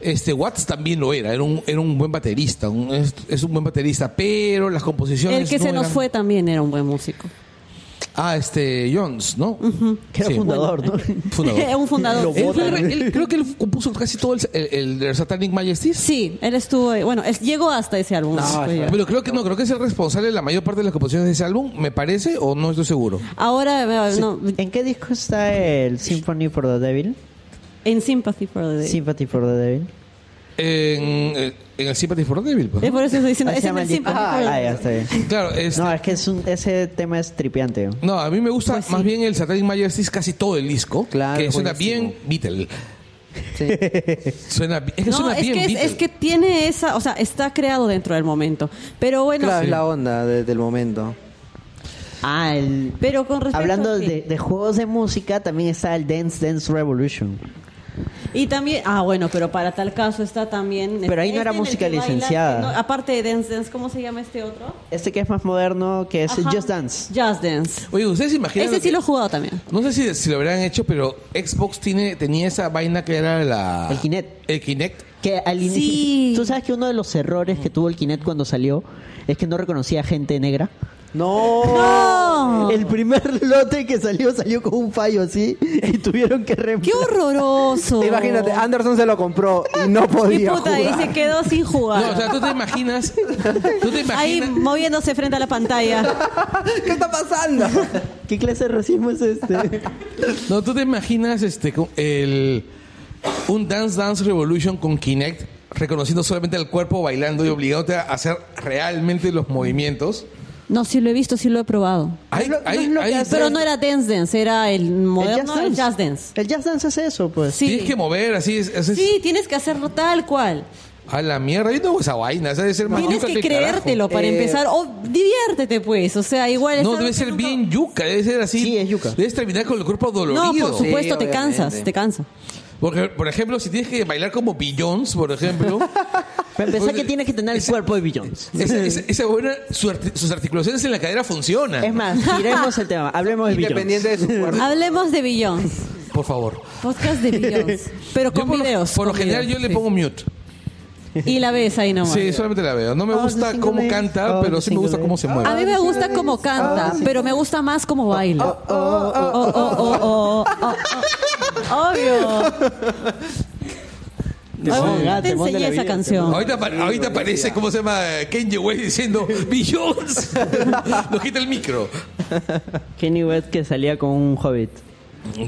este Watts también lo era. Era un, era un buen baterista. un- es, es un buen baterista, pero las composiciones.
El que
no
se nos
eran-
fue también era un buen músico.
Ah, este Jones, ¿no?
Que era
Sí.
fundador, ¿no?
Fundador.
un fundador.
Lo
Sí.
Él fue re- él- creo que él compuso casi todo el, el- el Satanic Majesties.
Sí, él estuvo. ahí. Bueno, es- llegó hasta ese álbum.
No,
Fue ya.
Pero creo que no, creo que es el responsable de la mayor parte de las composiciones de ese álbum, me parece, o no estoy seguro.
Ahora, eh, no,
¿En qué disco está el Symphony for the Devil?
en Sympathy for the Day.
Sympathy for the Devil.
En, eh, en el Sympathy for the Devil. pues, ¿no?
Es Eh, por eso estoy diciendo.
Ah,
Es
se
en
llama
el
el
Sympathy
disco.
for the
Ah,
Day.
ya está bien.
Claro, es,
No, es que es un- ese tema es tripiante.
No, a mí me gusta más bien el Satanic Majesties casi todo el disco.
Claro,
Que suena
buenísimo.
bien Beatle.
Sí.
Suena, bi- es que
No,
suena
es
bien
que, es,
Beatle.
es que tiene esa, o sea, está creado dentro del momento. Pero bueno,
Claro, es la onda de- del momento.
Ah, el...
pero con respecto
Hablando
a que-
de, de juegos de música, también está el Dance Dance Revolution.
Y también, ah, bueno, pero para tal caso está también. este
Pero ahí no era
en el
música
que bailas,
licenciada.
no, aparte de Dance Dance, ¿cómo se llama este otro?
Este que es más moderno, que es el
Ajá.
Just Dance.
Just Dance.
Oye, ¿ustedes se imaginan?
Ese
lo
sí
que-
lo he jugado también.
No sé si, si lo habrán hecho, pero Xbox tiene, tenía esa vaina que era la...
El Kinect.
El Kinect.
Que al inicio.
Sí.
¿Tú sabes que uno de los errores que tuvo el Kinect cuando salió es que no reconocía gente negra?
No.
¡No!
El primer lote que salió salió con un fallo así y tuvieron que
¡Qué
reemplazar.
horroroso!
Imagínate, Anderson se lo compró y no
Y
podía.
puta, y
jugar.
se quedó sin jugar.
No, o sea, tú te imaginas... Tú te
Ahí
imaginas...
moviéndose frente a la pantalla.
¿Qué está pasando?
¿Qué clase de racismo es este?
No, tú te imaginas este, con el, un Dance Dance Revolution con Kinect, reconociendo solamente el cuerpo, bailando y obligándote a hacer realmente los movimientos.
No, sí lo he visto, sí lo he probado.
Hay-
No es lo-
hay-
no es lo que
hay-
hace-
Pero no era Dance Dance, era el moderno, el Just Dance.
El Just Dance es eso, pues.
Sí.
Tienes que mover así. Es, es- es-
Sí, tienes que hacerlo tal cual.
A la mierda, yo no hago esa vaina. Esa debe ser más
Tienes
yuca
que
el carajo.
creértelo para
Eh,
empezar. O diviértete, pues. O sea, igual.
No,
estar
debe ser
haciendo
bien yuca, debe ser así.
Sí, es yuca.
Debes terminar con el cuerpo
todo.
dolorido.
No, por supuesto,
Sí,
te
obviamente.
cansas, te canso.
Porque, por ejemplo, si tienes que bailar como Billions, por ejemplo,
Para empezar
Oye,
que tienes que tener el
esa-
cuerpo de Billions.
esa, esa- esa buena, su arti- sus articulaciones en la cadera funcionan.
Es más, giremos el tema. Hablemos de Billions.
Independiente de su cuerpo.
Hablemos de Billions.
por favor.
Podcast de Billions. Pero
Yo
con
por lo-
videos.
por lo
con
general
videos,
yo le
sí.
pongo mute.
Y la ves ahí nomás.
Sí, solamente la veo. No me
Oh,
gusta
the
cómo
single ladies.
canta,
Oh,
pero
the
sí me gusta
single
cómo se
A
mueve.
mí me gusta cómo canta, pero me gusta más cómo baila. Oh, oh, oh, oh, oh, oh. Obvio.
Temón,
Obvio.
ah,
Te
temón de la
enseñé esa
vida,
canción.
Ahorita, pa- ahorita parece, ¿cómo se llama? Kenji Way diciendo Billions. Lo quita el micro.
Kenny West que salía con un hobbit.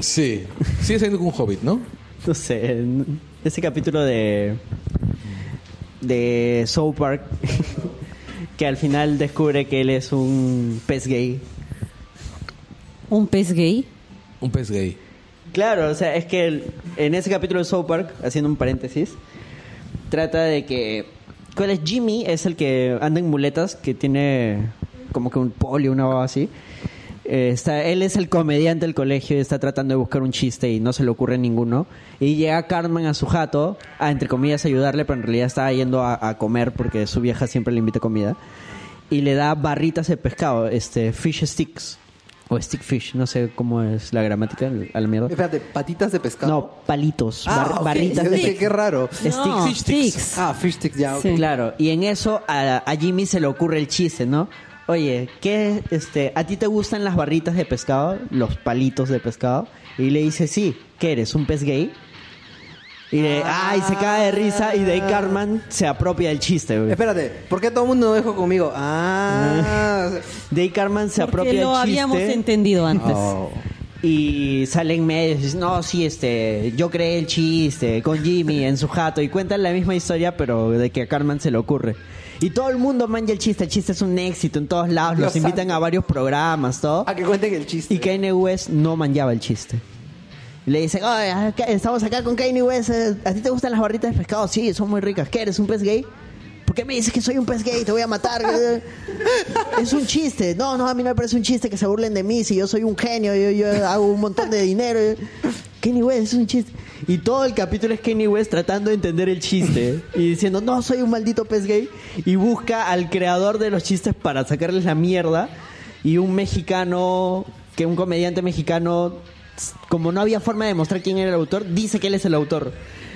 Sí. Sigue siendo un hobbit, ¿no?
No sé. en Ese capítulo de. de South Park. que al final descubre que él es un pez gay.
¿Un pez gay?
Un pez gay.
Claro, o sea, es que el- en ese capítulo de South Park, haciendo un paréntesis, trata de que. ¿Cuál es Jimmy? Es el que anda en muletas, que tiene como que un polio, una baba así. Eh, está, él es el comediante del colegio y está tratando de buscar un chiste y no se le ocurre ninguno. Y llega Carmen a su jato a, entre comillas, ayudarle, pero en realidad está yendo a, a comer porque su vieja siempre le invita comida. Y le da barritas de pescado, este, fish sticks. O stick fish, no sé cómo es la gramática, a la mierda.
Espérate, patitas de pescado.
No, palitos,
Ah,
bar-
ok.
barritas
Yo
de
dije,
pe-
qué raro.
No,
Sticks, sticks.
sticks.
Ah, fish sticks, ya. ok.
Sí.
Claro, y en eso a, a Jimmy se le ocurre el chiste, ¿no? Oye, ¿qué, este, ¿a ti te gustan las barritas de pescado? Los palitos de pescado. Y le dice, sí, ¿qué eres? ¿Un pez gay? Y de, ay, se cae de risa y de ahí Carman se apropia del chiste, güey.
Espérate, ¿por qué todo el mundo no dijo conmigo? Ah,
De ahí Carman se apropia
Porque
del
lo
chiste.
habíamos entendido antes.
Ah.
Oh. Y sale en medio y dice, no, sí, este, yo creé el chiste con Jimmy en su jato y cuentan la misma historia, pero de que a Carmen se le ocurre. Y todo el mundo manja el chiste, el chiste es un éxito en todos lados, los
Dios
invitan
santo.
a varios programas, todo.
a que cuenten el chiste.
Y Kanye West no manjaba el chiste. Le dicen, "Oye, acá- estamos acá con Kanye West, eh, ¿a ti te gustan las barritas de pescado? Sí, son muy ricas. ¿Qué eres, un pez gay? ¿Por qué me dices que soy un pez gay? Te voy a matar. es un chiste. No, no, a mí no me parece un chiste que se burlen de mí. Si yo soy un genio, yo, yo hago un montón de dinero. Kanye West es un chiste. Y todo el capítulo es Kanye West tratando de entender el chiste y diciendo, no, soy un maldito pez gay. Y busca al creador de los chistes para sacarles la mierda. Y un mexicano, que un comediante mexicano, como no había forma de demostrar quién era el autor, dice que él es el autor.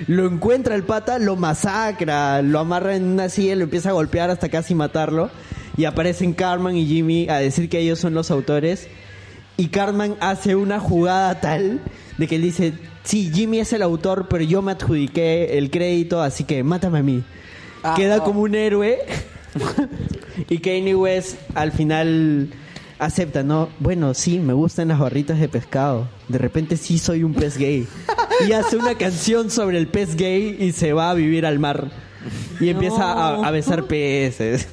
Lo encuentra el pata, lo masacra, lo amarra en una silla, lo empieza a golpear hasta casi matarlo. Y aparecen Carmen y Jimmy a decir que ellos son los autores. Y Cartman hace una jugada tal de que él dice, sí, Jimmy es el autor, pero yo me adjudiqué el crédito, así que mátame a mí.
Ah,
Queda
oh.
como un héroe. y Kanye West al final acepta, ¿no? Bueno, sí, me gustan las barritas de pescado. De repente sí soy un pez gay. y hace una canción sobre el pez gay y se va a vivir al mar. Y empieza a, a besar peces.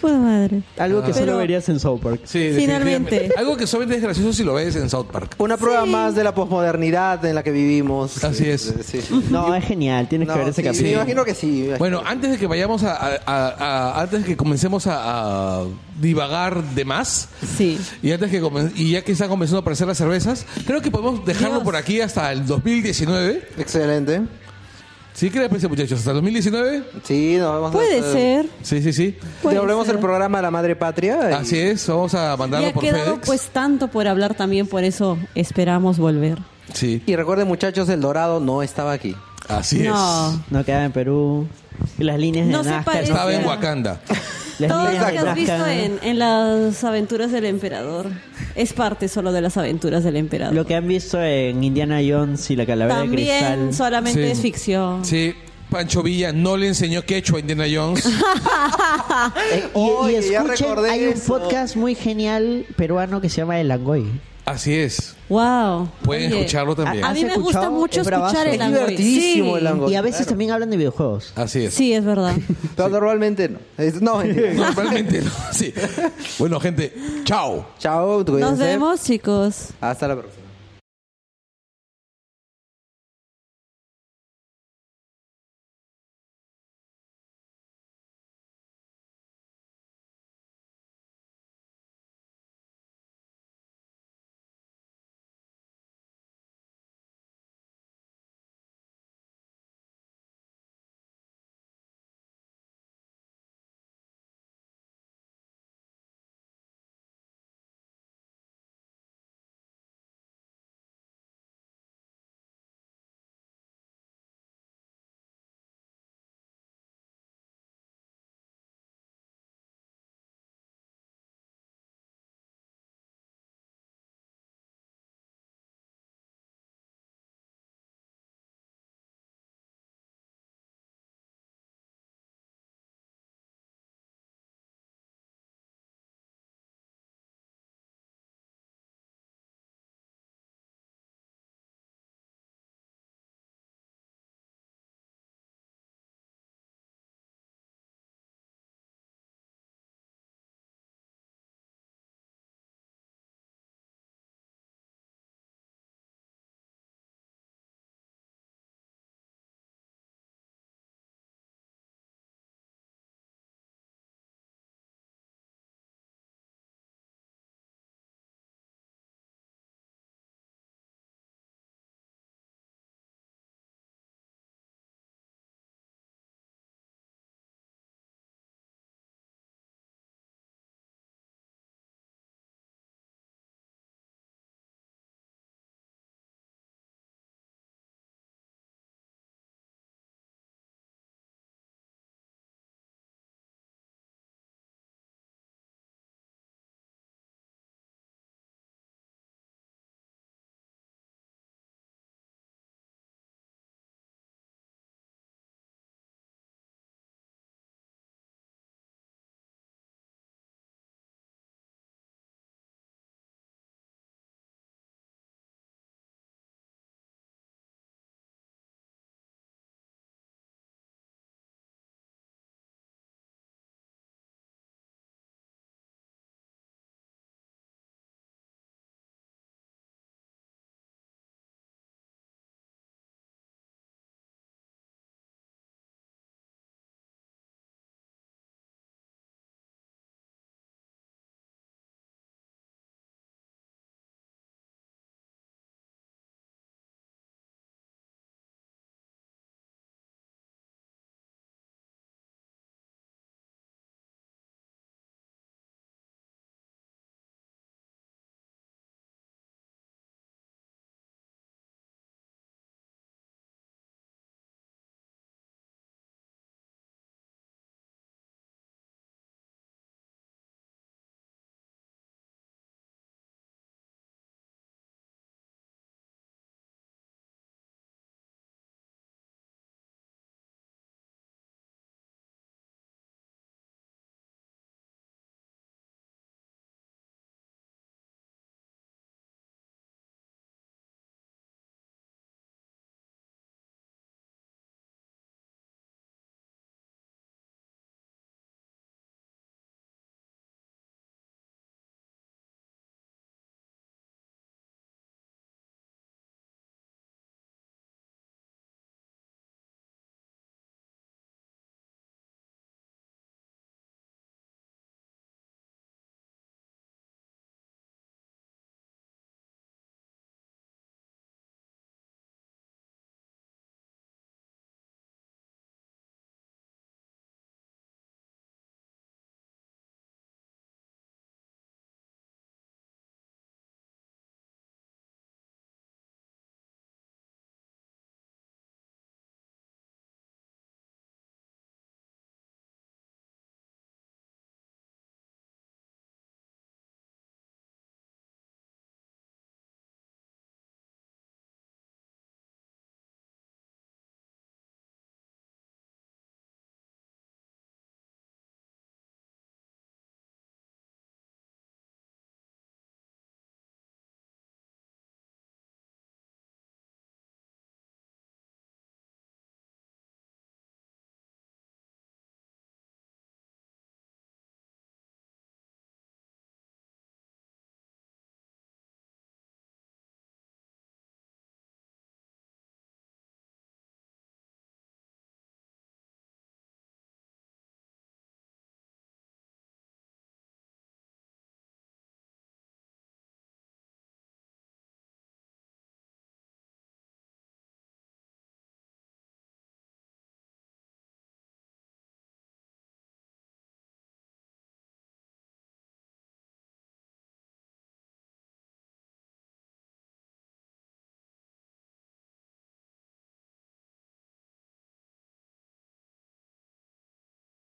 puta madre.
Algo que solo
Pero-
verías en South Park.
Sí,
Finalmente.
definitivamente. Algo que solamente es gracioso si lo ves en South Park.
Una prueba
Sí.
más de la posmodernidad en la que vivimos.
Así es.
Sí.
No, es genial. Tienes
No,
que ver ese
sí,
capítulo.
Me imagino que sí.
Bueno, antes de que vayamos a, a- a- a- antes de que comencemos a, a divagar de más
Sí.
y antes que comen- y ya que están comenzando a aparecer las cervezas, creo que podemos dejarlo
Dios.
por aquí hasta el 2019.
Excelente.
¿Sí qué les parece, muchachos? Hasta el 2019.
Sí, nos vemos.
Puede
hasta-
ser.
Sí, sí, sí.
puede
Devolvemos
ser.
el programa a la madre patria. y-
Así es, vamos a mandarlo
Ya ha
por
quedado
FedEx.
pues tanto por hablar también, por eso esperamos volver.
Sí,
Y recuerden, muchachos, el Dorado no estaba aquí.
así es.
No.
No queda en Perú. Y las líneas de
No se
Nazca,
parece.
Estaba en
Ya.
Wakanda.
Las
Todo
líneas
lo que
de
has visto
Nazca.
en, en las aventuras del emperador es parte solo de las aventuras del emperador.
Lo que han visto en Indiana Jones y la calavera de
También
cristal.
solamente
Sí.
es ficción.
Sí, Pancho Villa no le enseñó quechua a Indiana Jones.
Eh, y, y
Oye, ya
escuchen,
recordé
hay un
eso.
podcast muy genial peruano que se llama El Angoy.
Así es.
Wow.
Pueden
Oye,
escucharlo también.
A mí
¿Has
me gusta
escuchado?
mucho
Es bravazo.
escuchar el
Es
Angoy.
divertísimo
Sí.
el Angoy.
Y a veces también hablan de videojuegos.
Así es.
Sí, es verdad.
Pero normalmente no. Es- No, mentira.
Normalmente no. Sí. Bueno, gente, chao.
Chao,
Nos
cuídense.
vemos, chicos.
Hasta la próxima.